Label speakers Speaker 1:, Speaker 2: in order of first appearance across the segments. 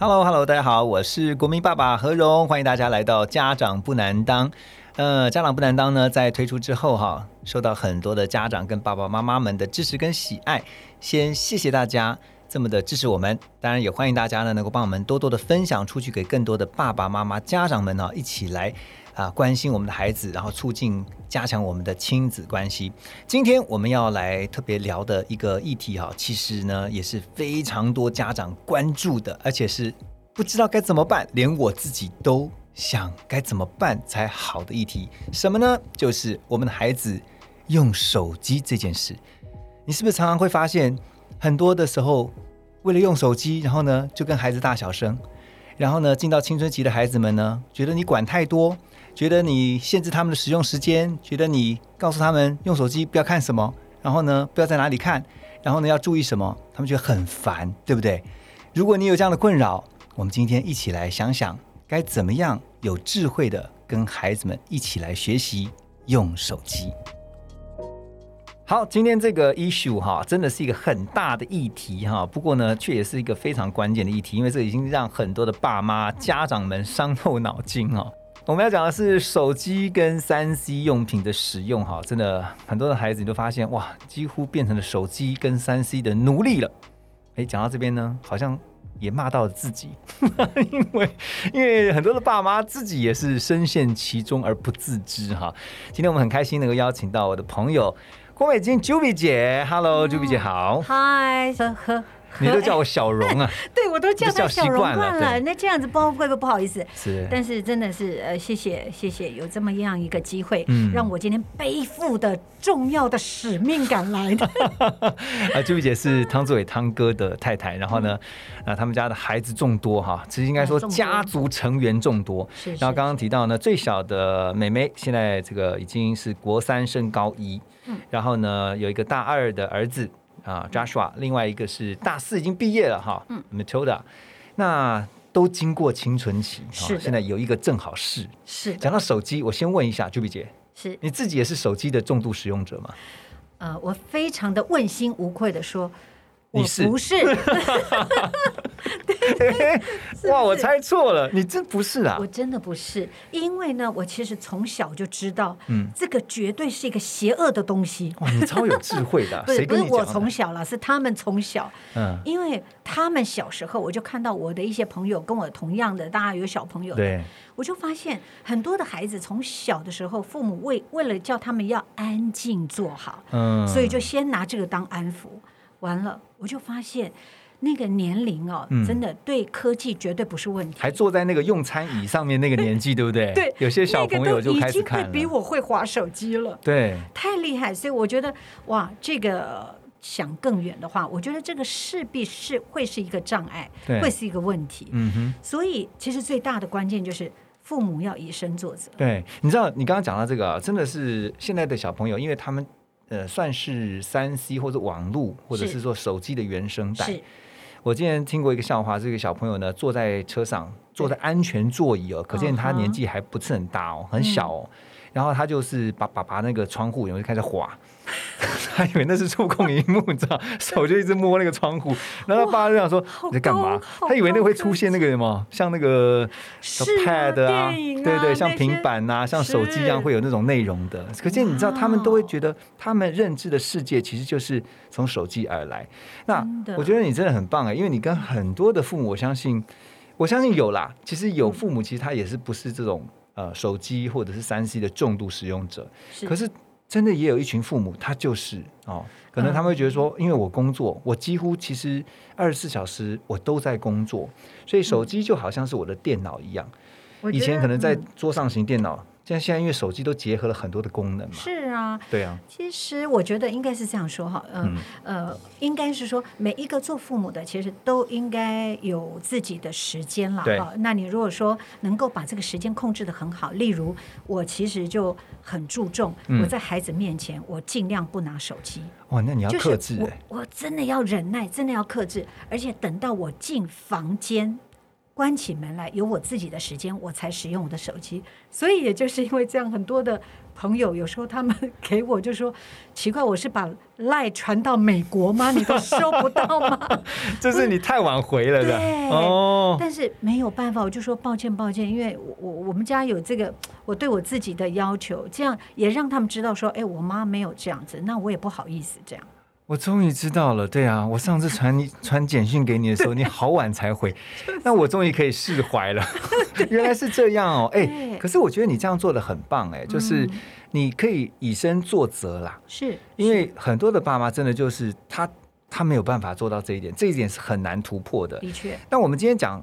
Speaker 1: Hello Hello，大家好，我是国民爸爸何荣，欢迎大家来到《家长不难当》。呃，《家长不难当》呢，在推出之后哈，受到很多的家长跟爸爸妈妈们的支持跟喜爱，先谢谢大家这么的支持我们。当然也欢迎大家呢，能够帮我们多多的分享出去，给更多的爸爸妈妈、家长们呢，一起来啊关心我们的孩子，然后促进加强我们的亲子关系。今天我们要来特别聊的一个议题哈，其实呢也是非常多家长关注的，而且是不知道该怎么办，连我自己都想该怎么办才好的议题。什么呢？就是我们的孩子用手机这件事。你是不是常常会发现，很多的时候为了用手机，然后呢就跟孩子大小声，然后呢进到青春期的孩子们呢，觉得你管太多，觉得你限制他们的使用时间，觉得你告诉他们用手机不要看什么，然后呢不要在哪里看，然后呢要注意什么，他们觉得很烦，对不对？如果你有这样的困扰，我们今天一起来想想该怎么样有智慧的跟孩子们一起来学习用手机。好，今天这个 issue 哈，真的是一个很大的议题哈。不过呢，却也是一个非常关键的议题，因为这已经让很多的爸妈、家长们伤透脑筋哦。我们要讲的是手机跟三 C 用品的使用哈，真的很多的孩子你都发现哇，几乎变成了手机跟三 C 的奴隶了。诶，哎讲到这边呢，好像也骂到了自己， 因为因为很多的爸妈自己也是深陷其中而不自知哈。今天我们很开心能够邀请到我的朋友郭美金 Juby 姐，Hello Juby 姐好，
Speaker 2: 嗨，呵呵，
Speaker 1: 哦你都叫我小荣啊，
Speaker 2: 哎对我都叫
Speaker 1: 你都叫
Speaker 2: 他小
Speaker 1: 习
Speaker 2: 荣
Speaker 1: 惯了
Speaker 2: 冠了，
Speaker 1: 对
Speaker 2: 那这样子不会不会不好意思。
Speaker 1: 是
Speaker 2: 但是真的是呃，谢谢谢谢，有这么样一个机会，
Speaker 1: 嗯
Speaker 2: 让我今天背负的重要的使命感来 的。
Speaker 1: 啊，Juby 姐是汤志伟汤哥的太太，然后呢，啊，他们家的孩子众多哈，其实应该说
Speaker 2: 嗯众多
Speaker 1: 家族成员众多。
Speaker 2: 是是
Speaker 1: 然后刚刚提到呢，最小的妹妹现在这个已经是国三升高一，
Speaker 2: 嗯
Speaker 1: 然后呢有一个大二的儿子啊 Joshua，另外一个是大四已经毕业了哈、m
Speaker 2: 嗯
Speaker 1: a t i l d a 那都经过青春期，
Speaker 2: 是的
Speaker 1: 现在有一个正好是。
Speaker 2: 是的，
Speaker 1: 讲到手机，我先问一下 Juby 姐，
Speaker 2: 是
Speaker 1: 你自己也是手机的重度使用者吗？
Speaker 2: 呃，我非常的问心无愧的说，我
Speaker 1: 你是
Speaker 2: 不 是，是
Speaker 1: 哇，我猜错了，你真不是啊
Speaker 2: 我！真的不是，因为呢，我其实从小就知道，
Speaker 1: 嗯
Speaker 2: 这个绝对是一个邪恶的东西。
Speaker 1: 哇，你超有智慧的啊，
Speaker 2: 不是
Speaker 1: 谁
Speaker 2: 不
Speaker 1: 跟
Speaker 2: 是
Speaker 1: 你讲
Speaker 2: 我
Speaker 1: 的
Speaker 2: 从小了，是他们从小，
Speaker 1: 嗯，
Speaker 2: 因为他们小时候，我就看到我的一些朋友跟我同样的，大家有小朋友，
Speaker 1: 对，
Speaker 2: 我就发现很多的孩子从小的时候，父母为为了叫他们要安静坐好，
Speaker 1: 嗯，
Speaker 2: 所以就先拿这个当安抚。完了，我就发现那个年龄哦，
Speaker 1: 嗯
Speaker 2: 真的对科技绝对不是问题。
Speaker 1: 还坐在那个用餐椅上面那个年纪，对不对？
Speaker 2: 对，
Speaker 1: 有些小朋友就开始
Speaker 2: 那个
Speaker 1: 看
Speaker 2: 都已经会
Speaker 1: 了，
Speaker 2: 比我会划手机了。
Speaker 1: 对，
Speaker 2: 太厉害，所以我觉得哇，这个想更远的话，我觉得这个势必是会是一个障碍
Speaker 1: 对，
Speaker 2: 会是一个问题。
Speaker 1: 嗯哼，
Speaker 2: 所以其实最大的关键就是父母要以身作则。
Speaker 1: 对，你知道你刚刚讲到这个啊，真的是现在的小朋友，因为他们呃算是三 C 或者网络或者
Speaker 2: 是
Speaker 1: 是说手机的原生代，
Speaker 2: 是
Speaker 1: 我之前听过一个笑话，这个小朋友呢坐在车上，坐在安全座椅哦，可见他年纪还不是很大
Speaker 2: 嗯
Speaker 1: 哦，很小哦。然后他就是把把把那个窗户，然后就开始滑， 他以为那是触控荧幕，你知道，手就一直摸那个窗户。然后他爸就想说
Speaker 2: 好
Speaker 1: 你在干嘛
Speaker 2: 高？好
Speaker 1: 他以为那
Speaker 2: 高
Speaker 1: 会
Speaker 2: 科
Speaker 1: 出现那个什么，像那个
Speaker 2: 是
Speaker 1: 像 pad 啊，
Speaker 2: 电影啊，
Speaker 1: 对对，像
Speaker 2: 那些
Speaker 1: 平板呐、像手机一样
Speaker 2: 是
Speaker 1: 会有那种内容的。可见你知道，他们都会觉得他们认知的世界其实就是从手机而来。那
Speaker 2: 真的
Speaker 1: 我觉得你真的很棒哎，因为你跟很多的父母，我相信，我相信有啦。其实
Speaker 2: 嗯
Speaker 1: 有父母，其实他也是不是这种呃手机或者是三 C 的重度使用者，
Speaker 2: 是
Speaker 1: 可是。真的也有一群父母，他就是哦，可能他们会觉得
Speaker 2: 嗯
Speaker 1: 说，因为我工作，我几乎其实二十四小时我都在工作，所以手机就好像是我的电脑一样，
Speaker 2: 嗯我觉
Speaker 1: 以
Speaker 2: 得
Speaker 1: 前可能在
Speaker 2: 嗯
Speaker 1: 桌上型电脑像现在因为手机都结合了很多的功能嘛，
Speaker 2: 是啊，
Speaker 1: 对啊，
Speaker 2: 其实我觉得应该是这样说哈，嗯呃，应该是说每一个做父母的，其实都应该有自己的时间了
Speaker 1: 对
Speaker 2: 啊。那你如果说能够把这个时间控制的很好，例如我其实就很注重
Speaker 1: 嗯
Speaker 2: 我在孩子面前，我尽量不拿手机，
Speaker 1: 哇，那你要克制
Speaker 2: 就是
Speaker 1: 哎，
Speaker 2: 我我真的要忍耐，真的要克制，而且等到我进房间。关起门来，有我自己的时间，我才使用我的手机。所以也就是因为这样，很多的朋友有时候他们给我就说：“奇怪，我是把赖传到美国吗？你都收不 到吗
Speaker 1: 这是你太晚回了的
Speaker 2: 对。
Speaker 1: 哦？”
Speaker 2: 但是没有办法，我就说抱歉，抱歉，因为我我我们家有这个我对我自己的要求，这样也让他们知道说：“哎，我妈没有这样子。”那我也不好意思这样。
Speaker 1: 我终于知道了，对啊，我上次传你传简讯给你的时候，你好晚才 回，那我终于可以释怀了，原来是这样哦，哎、
Speaker 2: 对嗯
Speaker 1: 可是我觉得你这样做的很棒、哎，就是你可以以身作则啦，
Speaker 2: 是
Speaker 1: 因为很多的爸妈真的就是他他没有办法做到这一点，这一点是很难突破的。
Speaker 2: 的确，
Speaker 1: 但我们今天讲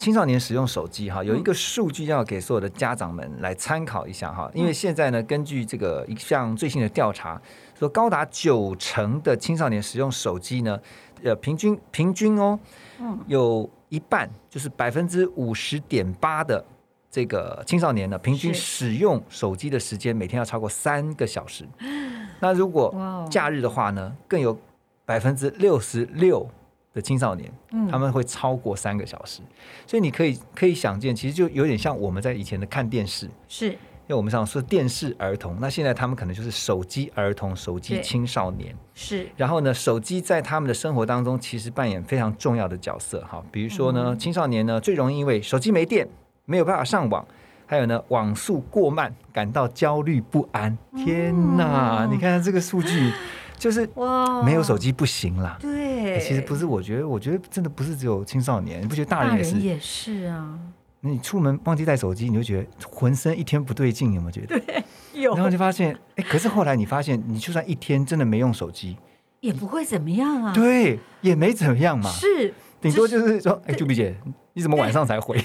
Speaker 1: 青少年使用手机
Speaker 2: 嗯
Speaker 1: 哈，有一个数据要给所有的家长们来参考一下哈，
Speaker 2: 嗯
Speaker 1: 因为现在呢，根据这个一项最新的调查，说高达九成的青少年使用手机呢，呃，平均平均哦，
Speaker 2: 嗯
Speaker 1: 有一半就是百分之五十点八的。这个青少年呢，平均
Speaker 2: 是
Speaker 1: 使用手机的时间每天要超过三个小时。那如果
Speaker 2: 哇哦
Speaker 1: 假日的话呢，更有百分之六十六的青少年
Speaker 2: 嗯
Speaker 1: 他们会超过三个小时，所以你可以可以想见，其实就有点像我们在以前的看电视，因
Speaker 2: 是
Speaker 1: 为我们上说电视儿童，那现在他们可能就是手机儿童、手机
Speaker 2: 对
Speaker 1: 青少年。
Speaker 2: 是
Speaker 1: 然后呢，手机在他们的生活当中其实扮演非常重要的角色哈。比如说
Speaker 2: 嗯
Speaker 1: 呢，青少年呢最容易因为手机没电，没有办法上网。还有呢，网速过慢，感到焦虑不安。天哪，
Speaker 2: 嗯
Speaker 1: 你看这个数据，就是
Speaker 2: 哇，
Speaker 1: 没有手机不行啦。
Speaker 2: 哦对，
Speaker 1: 欸其实不是，我觉得，我觉得真的不是只有青少年，你不觉得大
Speaker 2: 大
Speaker 1: 人也是？
Speaker 2: 人也是啊，
Speaker 1: 你出门忘记带手机，你就觉得浑身一天不对劲，有没有觉得？
Speaker 2: 有
Speaker 1: 然后就发现，哎、可是后来你发现，哎你就算一天真的没用手机，
Speaker 2: 也不会怎么样啊，
Speaker 1: 对，也没怎么样嘛，
Speaker 2: 是
Speaker 1: 顶多
Speaker 2: 只是
Speaker 1: 就是说，哎、朱碧姐，你怎么晚上才回？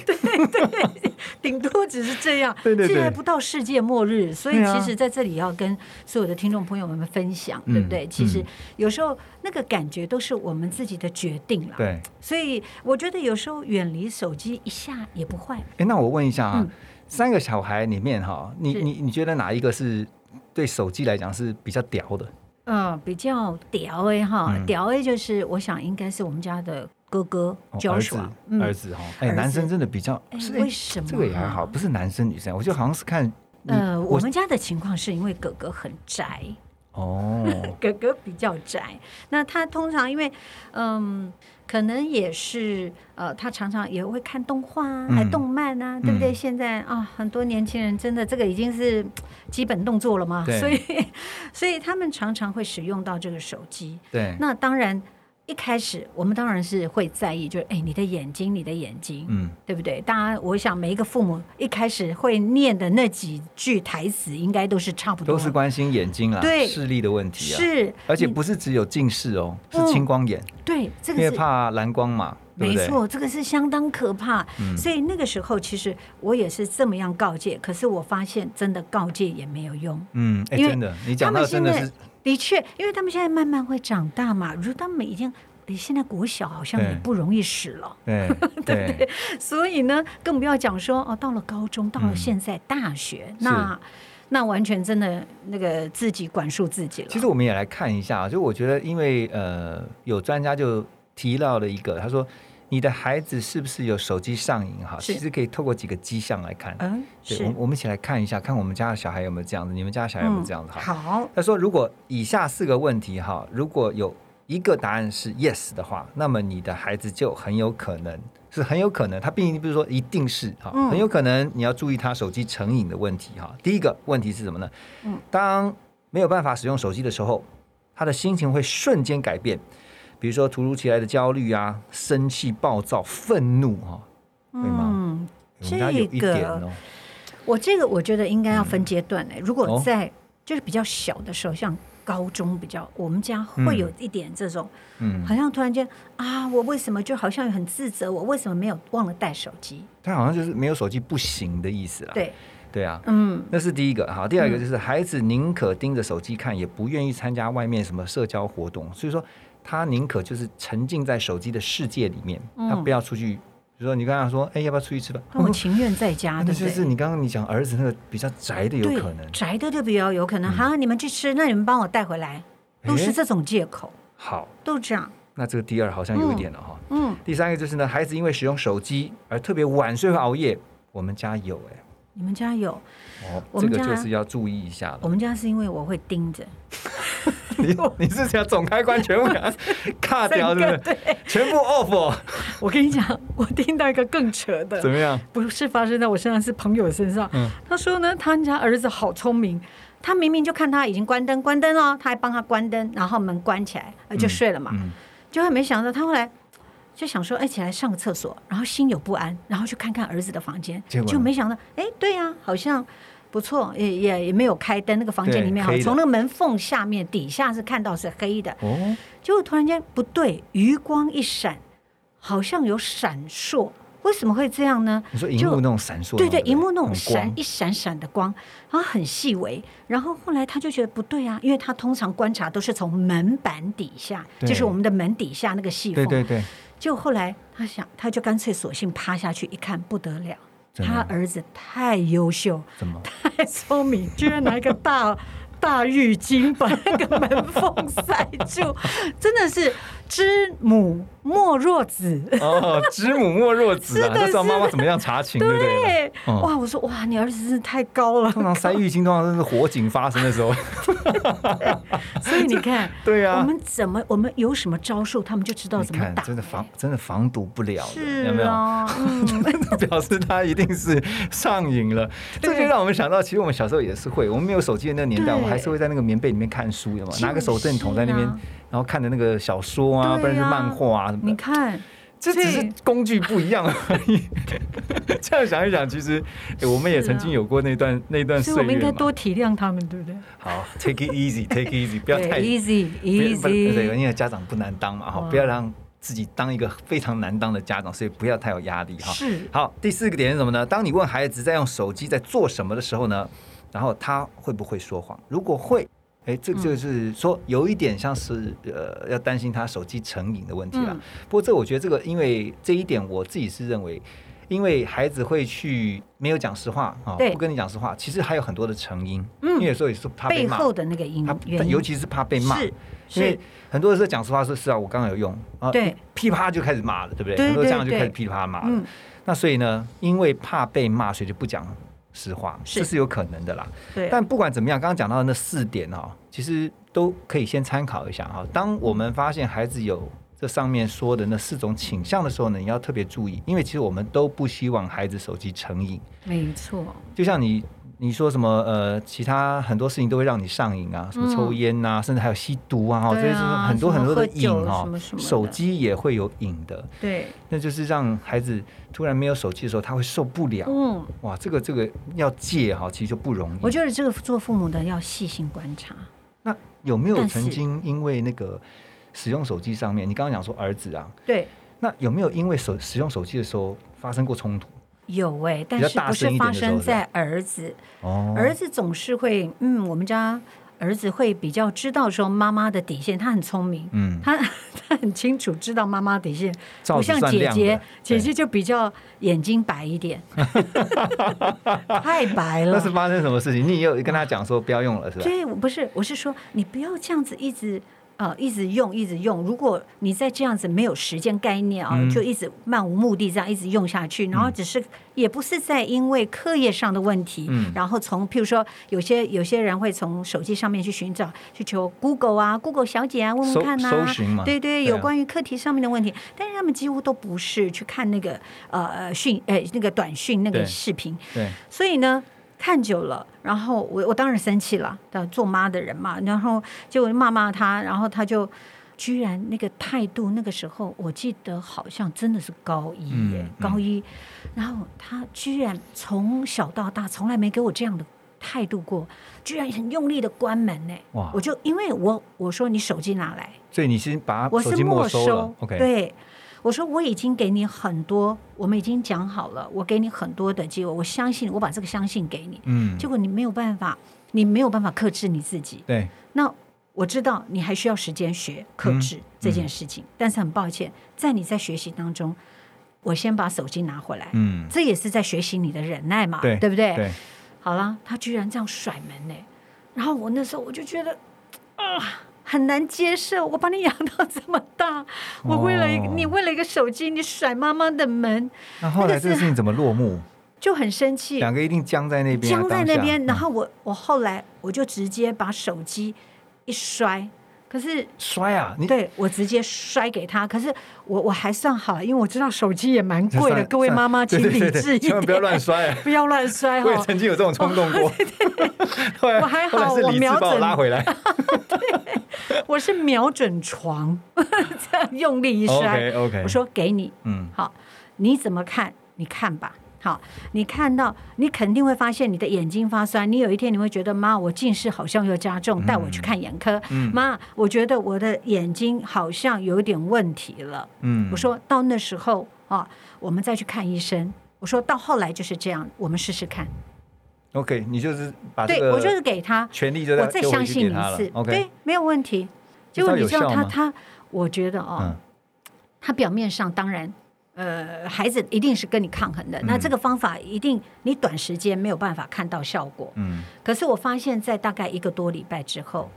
Speaker 2: 顶多只是这样，
Speaker 1: 对对对
Speaker 2: 现在不到世界末日，所以
Speaker 1: 对啊
Speaker 2: 其实在这里要跟所有的听众朋友们分享，
Speaker 1: 嗯
Speaker 2: 对不对？其实
Speaker 1: 嗯
Speaker 2: 有时候那个感觉都是我们自己的决定了，
Speaker 1: 对，哎、
Speaker 2: 所以我觉得有时候远离手机一下也不坏，
Speaker 1: 那我问一下啊，
Speaker 2: 嗯
Speaker 1: 三个小孩里面哈，你
Speaker 2: 是
Speaker 1: 你你觉得哪一个是对手机来讲是比较屌的？哦
Speaker 2: 嗯，比较屌 A 哈
Speaker 1: 嗯，
Speaker 2: 屌 A 就是我想应该是我们家的哥哥
Speaker 1: 哦儿子
Speaker 2: Joshua，嗯，
Speaker 1: 儿子哈，哎、
Speaker 2: 儿子
Speaker 1: 男生真的比较
Speaker 2: 哎
Speaker 1: 是、哎
Speaker 2: 为什么
Speaker 1: 这个也还好，不是男生女生，我就好像是看你
Speaker 2: 呃，我们家的情况是因为哥哥很宅，
Speaker 1: 哦
Speaker 2: 哥哥比较宅。那他通常因为，嗯，可能也是呃，他常常也会看动画啊，
Speaker 1: 嗯
Speaker 2: 还动漫啊，对不对？
Speaker 1: 嗯
Speaker 2: 现在啊，很多年轻人真的这个已经是嗯基本动作了嘛，
Speaker 1: 对
Speaker 2: 所以 所以他们常常会使用到这个手机。
Speaker 1: 对，
Speaker 2: 那当然。一开始我们当然是会在意，就是哎，你的眼睛，你的眼睛，
Speaker 1: 嗯。
Speaker 2: 对不对？当然，我想每一个父母一开始会念的那几句台词，应该都是差不多
Speaker 1: 都
Speaker 2: 的，
Speaker 1: 是关心眼睛啦，
Speaker 2: 对
Speaker 1: 视力的问题啊。，
Speaker 2: 是，
Speaker 1: 而且
Speaker 2: 你
Speaker 1: 不是只有近视哦，是
Speaker 2: 嗯
Speaker 1: 青光眼，
Speaker 2: 对这
Speaker 1: 因为
Speaker 2: 个是。
Speaker 1: 怕蓝光嘛，对
Speaker 2: 没
Speaker 1: 不对？嗯
Speaker 2: 错，这个是相当可怕，所以那个时候其实我也是这么样告诫，可是我发现真的告诫也没有用。
Speaker 1: 嗯，哎，
Speaker 2: 因为
Speaker 1: 真的，你
Speaker 2: 他
Speaker 1: 讲到
Speaker 2: 们
Speaker 1: 真
Speaker 2: 现
Speaker 1: 的
Speaker 2: 在
Speaker 1: 是，
Speaker 2: 的确，因为他们现在慢慢会长大嘛，如他们已经诶现在国小好像也
Speaker 1: 对
Speaker 2: 不容易使了，
Speaker 1: 对对，
Speaker 2: 所以呢，更不要讲说哦，到了高中，到了
Speaker 1: 嗯
Speaker 2: 现在大学，
Speaker 1: 是
Speaker 2: 那那完全真的那个自己管束自己了。
Speaker 1: 其实我们也来看一下啊，就我觉得，因为呃，有专家就提到了一个，他说你的孩子是不是有手机上瘾哈？
Speaker 2: 是
Speaker 1: 其实可以透过几个迹象来看。
Speaker 2: 嗯，
Speaker 1: 对，我
Speaker 2: 是
Speaker 1: 们我们一起来看一下，看我们家的小孩有没有这样子，你们家的小孩有没有这样子哈？
Speaker 2: 嗯好，
Speaker 1: 他说，如果以下四个问题哈，如果有一个答案是 yes 的话，那么你的孩子就很有可能是很有可能，他并不是说一定是哈，
Speaker 2: 嗯
Speaker 1: 很有可能你要注意他手机成瘾的问题哈。第一个问题是什么呢？
Speaker 2: 嗯
Speaker 1: 当没有办法使用手机的时候，他的心情会瞬间改变，比如说突如其来的焦虑啊、生气、暴躁、愤怒哈。会吗
Speaker 2: 嗯，
Speaker 1: 我们家有一
Speaker 2: 这个
Speaker 1: 点哦，
Speaker 2: 我这个我觉得应该要分阶段诶、欸如果
Speaker 1: 哦
Speaker 2: 在、就是比较小的时候，像高中比较，我们家会有一点这种，
Speaker 1: 嗯，
Speaker 2: 好像突然间啊，我为什么就好像很自责，我为什么没有忘了带手机？
Speaker 1: 他好像就是没有手机不行的意思啦。
Speaker 2: 对，
Speaker 1: 对啊，
Speaker 2: 嗯，
Speaker 1: 那是第一个。好，第二个就是孩子宁可盯着手机看，也不愿意参加外面什么社交活动，所以说他宁可就是沉浸在手机的世界里面，
Speaker 2: 嗯
Speaker 1: 他不要出去。比如说你刚刚说，哎、要不要出去吃饭？
Speaker 2: 那我情愿在家，
Speaker 1: 那
Speaker 2: 啊对不
Speaker 1: 就
Speaker 2: 对？
Speaker 1: 是你刚刚你讲儿子那个比较宅的，有
Speaker 2: 对
Speaker 1: 可能。嗯
Speaker 2: 宅的就比哦较有可能。好，你们去吃，那你们帮我带回来，都
Speaker 1: 诶
Speaker 2: 是这种借口，
Speaker 1: 好，
Speaker 2: 都这样。
Speaker 1: 那这个第二好像有一点了哈。
Speaker 2: 嗯，
Speaker 1: 第三个就是呢，孩子因为使用手机而特别晚睡和熬夜，我们家有哎、
Speaker 2: 你们家有，
Speaker 1: 哦，
Speaker 2: 我
Speaker 1: 这
Speaker 2: 们
Speaker 1: 个就
Speaker 2: 家
Speaker 1: 是要注意一下了
Speaker 2: 我。们家是因为我会盯着，
Speaker 1: 你你是想总开关全部给 它卡掉，是不是？全部 off，哦
Speaker 2: 我跟你讲，我听到一个更扯的，
Speaker 1: 怎么 样？
Speaker 2: 不是发生在我身上，是朋友身上。
Speaker 1: 嗯
Speaker 2: 他说呢，他们家儿子好聪明，他明明就看他已经关灯，关灯了，他还帮他关灯，然后门关起来，呃就睡了嘛。
Speaker 1: 嗯，
Speaker 2: 结果没想到他后来就想说，哎，起来上个厕所，然后心有不安，然后去看看儿子的房间，
Speaker 1: 结果呢
Speaker 2: 就没想到，哎，对呀、好像。不错，也也也没有开灯，那个房间
Speaker 1: 对
Speaker 2: 里面
Speaker 1: 黑
Speaker 2: 哈，
Speaker 1: 的
Speaker 2: 从那个门缝下面底下是看到是黑的，
Speaker 1: 哦，
Speaker 2: 结果突然间不对，余光一闪，好像有闪烁，为什么会这样呢？
Speaker 1: 你说荧
Speaker 2: 就
Speaker 1: 幕那种闪烁，
Speaker 2: 对对，荧幕那种
Speaker 1: 光
Speaker 2: 闪，一闪闪的光，然后很细微。然后后来他就觉得不对啊，因为他通常观察都是从门板底下，
Speaker 1: 对
Speaker 2: 就是我们的门底下那个细
Speaker 1: 对
Speaker 2: 缝。
Speaker 1: 对对，
Speaker 2: 就后来他想，他就干脆索性趴下去一看，不得了。
Speaker 1: 怎么
Speaker 2: 他
Speaker 1: 样
Speaker 2: 儿子太优秀，
Speaker 1: 怎 么？
Speaker 2: 太聪明，居然拿一个大大浴巾把那个门缝塞住，真的是知母莫若子。
Speaker 1: 哦，知母莫若子啊，
Speaker 2: 是的
Speaker 1: 就知道妈妈怎么样查 寝，对不对？
Speaker 2: 对，
Speaker 1: 嗯
Speaker 2: 哇！我说哇，你儿子真的太高 了，
Speaker 1: 通常塞浴巾，通常都是火警发生的 时候，
Speaker 2: 所以你看，
Speaker 1: 对啊
Speaker 2: 我们怎么，我们有什么招数，他们就知道
Speaker 1: 你
Speaker 2: 怎么
Speaker 1: 看
Speaker 2: 打。
Speaker 1: 真的防真的防堵不了的，有
Speaker 2: 是
Speaker 1: 没有？
Speaker 2: 啊， 嗯，
Speaker 1: 表示他一定是上瘾了。这
Speaker 2: 对
Speaker 1: 就让我们想到，其实我们小时候也是会，我们没有手机的那个年代，
Speaker 2: 对
Speaker 1: 我们还是会在那个棉被里面看书，有吗？
Speaker 2: 就是啊
Speaker 1: 拿个手电筒在那边，然后看的那个小说啊，
Speaker 2: 对啊
Speaker 1: 不然是漫画啊什么
Speaker 2: 你
Speaker 1: 的。
Speaker 2: 看，
Speaker 1: 这只是
Speaker 2: 对
Speaker 1: 工具不一样而 已。这样想一想，其实、诶我们也
Speaker 2: 是啊
Speaker 1: 曾经有过那段那段
Speaker 2: 所
Speaker 1: 岁
Speaker 2: 以我们应
Speaker 1: 月
Speaker 2: 该
Speaker 1: 嘛。
Speaker 2: 多体谅他们，对不对？
Speaker 1: 好，take it easy，take it easy，不要太
Speaker 2: 对，easy
Speaker 1: 不要不对，
Speaker 2: easy，嗯
Speaker 1: 因为家长不难当嘛，哈，
Speaker 2: 哇
Speaker 1: 不要让自己当一个非常难当的家长，所以不要太有压力哈。
Speaker 2: 是
Speaker 1: 好，第四个点是什么呢？当你问孩子在用手机在做什么的时候呢，然后他会不会说谎？如果会，哎，这
Speaker 2: 嗯
Speaker 1: 个就是说有一点像是呃，要担心他手机成瘾的问题啦。
Speaker 2: 嗯
Speaker 1: 不过这我觉得这个，因为这一点我自己是认为。因为孩子会去没有讲实话啊，
Speaker 2: 对
Speaker 1: 不跟你讲实话，其实还有很多的成因，
Speaker 2: 嗯
Speaker 1: 因为有时候也是怕被
Speaker 2: 背
Speaker 1: 骂，
Speaker 2: 后的那个因
Speaker 1: 他
Speaker 2: 嗯原因
Speaker 1: 尤其是怕被骂，
Speaker 2: 是
Speaker 1: 因为
Speaker 2: 是，
Speaker 1: 很多人候讲实话说是啊，我刚刚有用啊，
Speaker 2: 对，
Speaker 1: 噼啪就开始骂了，对不对？
Speaker 2: 对
Speaker 1: 很多
Speaker 2: 对
Speaker 1: 家长就
Speaker 2: 对
Speaker 1: 开始噼里啪啦骂了。
Speaker 2: 嗯，
Speaker 1: 那所以呢，因为怕被骂，所以就不讲实话，
Speaker 2: 是
Speaker 1: 这是有可能的啦。
Speaker 2: 对，
Speaker 1: 但不管怎么样，刚刚讲到的那四点哦，其实都可以先参考一下哈、当我们发现孩子有这上面说的那四种倾向的时候呢，你要特别注意，因为其实我们都不希望孩子手机成瘾。
Speaker 2: 没错，
Speaker 1: 就像你你说什么呃，其他很多事情都会让你上瘾啊，什么
Speaker 2: 嗯
Speaker 1: 抽烟呐、甚至还有吸毒啊，哈、
Speaker 2: 对啊
Speaker 1: 这些是很多
Speaker 2: 什么
Speaker 1: 很多的
Speaker 2: 喝
Speaker 1: 瘾
Speaker 2: 酒
Speaker 1: 哦。
Speaker 2: 什么什么的
Speaker 1: 手机也会有瘾的，
Speaker 2: 对，
Speaker 1: 那就是让孩子突然没有手机的时候，他会受不了。
Speaker 2: 嗯，
Speaker 1: 哇，这个这个要戒哈，其实就不容易。
Speaker 2: 我觉得这个做父母的要细心观察，
Speaker 1: 那有没有
Speaker 2: 但是
Speaker 1: 曾经因为那个使用手机上面，你刚刚讲说儿子啊，
Speaker 2: 对。
Speaker 1: 那有没有因为手使用手机的时候发生过冲突？
Speaker 2: 有哎、但
Speaker 1: 较
Speaker 2: 是
Speaker 1: 大
Speaker 2: 不
Speaker 1: 声一点
Speaker 2: 是发
Speaker 1: 的时候
Speaker 2: 生
Speaker 1: 是吧
Speaker 2: 在儿子，
Speaker 1: 哦
Speaker 2: 儿子总是会，嗯，我们家儿子会比较知道说妈妈的底线，他很聪明，
Speaker 1: 嗯，
Speaker 2: 他 他很清楚知道妈妈底线，
Speaker 1: 照
Speaker 2: 不
Speaker 1: 着
Speaker 2: 像
Speaker 1: 算
Speaker 2: 姐
Speaker 1: 量的
Speaker 2: 姐，姐
Speaker 1: 对
Speaker 2: 姐就比较眼睛白 一点，太白
Speaker 1: 那
Speaker 2: 了
Speaker 1: 是。发生什么事情？你也有跟他讲说不要用了是吧？
Speaker 2: 对，我不是，我是说你不要这样子一直。呃，一直用，一直用。如果你再这样子没有时间概念啊、
Speaker 1: 嗯
Speaker 2: 就一直漫无目的这样一直用下去，然后只是、也不是在因为课业上的问题，
Speaker 1: 嗯
Speaker 2: 然后从譬如说有些有些人会从手机上面去寻找，去求 Google 啊，Google 小姐啊，问
Speaker 1: 搜
Speaker 2: 问看呐、
Speaker 1: 搜寻嘛
Speaker 2: 对对，
Speaker 1: 对啊
Speaker 2: 有关于课题上面的问题，但是他们几乎都不是去看那个呃呃讯呃那个短讯那
Speaker 1: 对
Speaker 2: 个视频，
Speaker 1: 对，
Speaker 2: 所以呢，看久了，然后我我当然生气了，呃做妈的人嘛，然后就骂骂他，然后他就居然那个态度，那个时候我记得好像真的是高一耶，
Speaker 1: 嗯嗯
Speaker 2: 高一，然后他居然从小到大从来没给我这样的。态度过，居然很用力的关门呢、
Speaker 1: 哇
Speaker 2: 我就因为我我说你手机拿来，
Speaker 1: 所以你先把
Speaker 2: 我
Speaker 1: 手
Speaker 2: 是
Speaker 1: 机没
Speaker 2: 没
Speaker 1: 收了。OK，
Speaker 2: 对，我说我已经给你很多，我们已经讲好了，我给你很多的机会，我相信我把这个相信给你，
Speaker 1: 嗯，
Speaker 2: 结果你没有办法，你没有办法克制你自己。
Speaker 1: 对，
Speaker 2: 那我知道你还需要时间
Speaker 1: 嗯
Speaker 2: 学克制这件事情，但是很抱歉，在你在学习当中，我先把手机拿回来，
Speaker 1: 嗯，
Speaker 2: 这也是在学习你的忍耐嘛，
Speaker 1: 对，
Speaker 2: 不对？
Speaker 1: 对，
Speaker 2: 好啦，他居然这样甩门呢、然后我那时候我就觉得啊、很难接受，我把你养到这么大，我为了一个、
Speaker 1: 哦
Speaker 2: 你为了一个手机，你甩妈妈的门，
Speaker 1: 那后
Speaker 2: 那
Speaker 1: 来
Speaker 2: 个
Speaker 1: 这个
Speaker 2: 是
Speaker 1: 事情怎么落幕？
Speaker 2: 就很生气，
Speaker 1: 两个一定僵在那边啊，
Speaker 2: 僵在
Speaker 1: 当
Speaker 2: 那
Speaker 1: 下
Speaker 2: 边。然
Speaker 1: 嗯
Speaker 2: 后我我后来我就直接把手机一摔，可是
Speaker 1: 摔啊，你
Speaker 2: 对我直接摔给他，可是我我还算好，因为我知道手机也蛮
Speaker 1: 算
Speaker 2: 贵的，
Speaker 1: 了
Speaker 2: 各位
Speaker 1: 算了
Speaker 2: 妈妈请
Speaker 1: 对对
Speaker 2: 理
Speaker 1: 对对
Speaker 2: 智一点，
Speaker 1: 千万不要乱摔啊。
Speaker 2: 不要乱摔
Speaker 1: 我也
Speaker 2: 哈。
Speaker 1: 曾经有这种冲动过， 后来
Speaker 2: 哦我还好
Speaker 1: 后来是
Speaker 2: 我
Speaker 1: 理智
Speaker 2: 瞄
Speaker 1: 把我
Speaker 2: 准
Speaker 1: 拉回来。
Speaker 2: 我是瞄准床， 这样用力一摔。
Speaker 1: OK OK，
Speaker 2: 我说给你，
Speaker 1: 嗯
Speaker 2: 好，你怎么看？你看吧，好，你看到你肯定会发现你的眼睛发酸，你有一天你会觉得妈，我近视好像又加重，带我去看眼科。
Speaker 1: 嗯
Speaker 2: 妈，我觉得我的眼睛好像有点问题了。
Speaker 1: 嗯，
Speaker 2: 我说到那时候啊，我们再去看医生。我说到后来就是这样，我们试试看。
Speaker 1: OK，你就是把这
Speaker 2: 对
Speaker 1: 个
Speaker 2: 我就是给他，
Speaker 1: 权利就在
Speaker 2: 我再
Speaker 1: 丢回
Speaker 2: 相
Speaker 1: 去
Speaker 2: 信
Speaker 1: 给
Speaker 2: 你
Speaker 1: 他
Speaker 2: 一
Speaker 1: 了
Speaker 2: 次，
Speaker 1: OK，
Speaker 2: 对，没有问题。
Speaker 1: 这
Speaker 2: 结果
Speaker 1: 招
Speaker 2: 你
Speaker 1: 有
Speaker 2: 知道
Speaker 1: 效
Speaker 2: 他
Speaker 1: 吗
Speaker 2: 他，我觉得哦，
Speaker 1: 嗯
Speaker 2: 他表面上当然，呃，孩子一定是跟你抗衡的。
Speaker 1: 嗯
Speaker 2: 那这个方法一定你短时间没有办法看到效果。
Speaker 1: 嗯，
Speaker 2: 可是我发现，在大概一个多礼拜之后，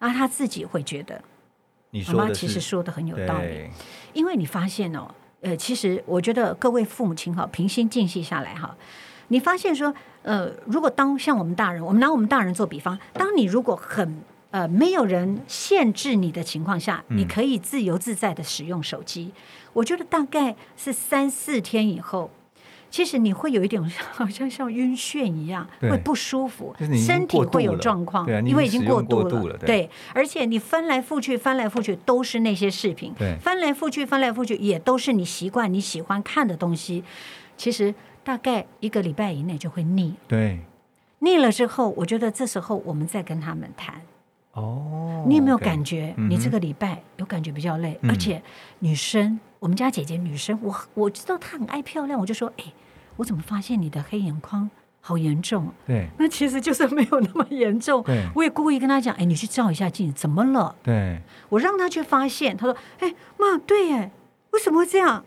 Speaker 2: 啊，他自己会觉得
Speaker 1: 你
Speaker 2: 妈
Speaker 1: 说
Speaker 2: 妈
Speaker 1: 的
Speaker 2: 其实
Speaker 1: 是
Speaker 2: 说的很有道理，
Speaker 1: 对，
Speaker 2: 因为你发现哦，呃，其实我觉得各位父母亲哈，平心静气下来哈。你发现说，呃，如果当像我们大人，我们拿我们大人做比方，当你如果很呃没有人限制你的情况下，
Speaker 1: 嗯
Speaker 2: 你可以自由自在的使用手机，我觉得大概是三四天以后，其实你会有一点 好像像晕眩一样，
Speaker 1: 对
Speaker 2: 会不舒服
Speaker 1: 就是你已，经
Speaker 2: 身体
Speaker 1: 过度
Speaker 2: 会有
Speaker 1: 了
Speaker 2: 状况，
Speaker 1: 对啊你已
Speaker 2: 因为已
Speaker 1: 经
Speaker 2: 经
Speaker 1: 使用
Speaker 2: 度
Speaker 1: 过度了
Speaker 2: 了
Speaker 1: 对
Speaker 2: 对，而且你翻来覆去，翻来覆去都是那些视频，
Speaker 1: 对
Speaker 2: 翻来覆去，翻来覆去也都是你习惯、你喜欢看的东西。其实大概一个礼拜以内就会腻，
Speaker 1: 对
Speaker 2: 腻了之后，我觉得这时候我们再跟他们谈。
Speaker 1: 哦，
Speaker 2: 你有没有
Speaker 1: OK
Speaker 2: 感觉，
Speaker 1: 嗯哼
Speaker 2: 你这个礼拜有感觉比较累？
Speaker 1: 嗯
Speaker 2: 而且女生，我们家姐姐女生，我我知道她很爱漂亮，我就说，哎，我怎么发现你的黑眼眶好严重？啊
Speaker 1: 对
Speaker 2: 那其实就是没有那么严重
Speaker 1: 对。
Speaker 2: 我也故意跟她讲，哎，你去照一下镜，怎么了？
Speaker 1: 对，
Speaker 2: 我让她去发现，她说，哎，妈，对耶，为什么会这样？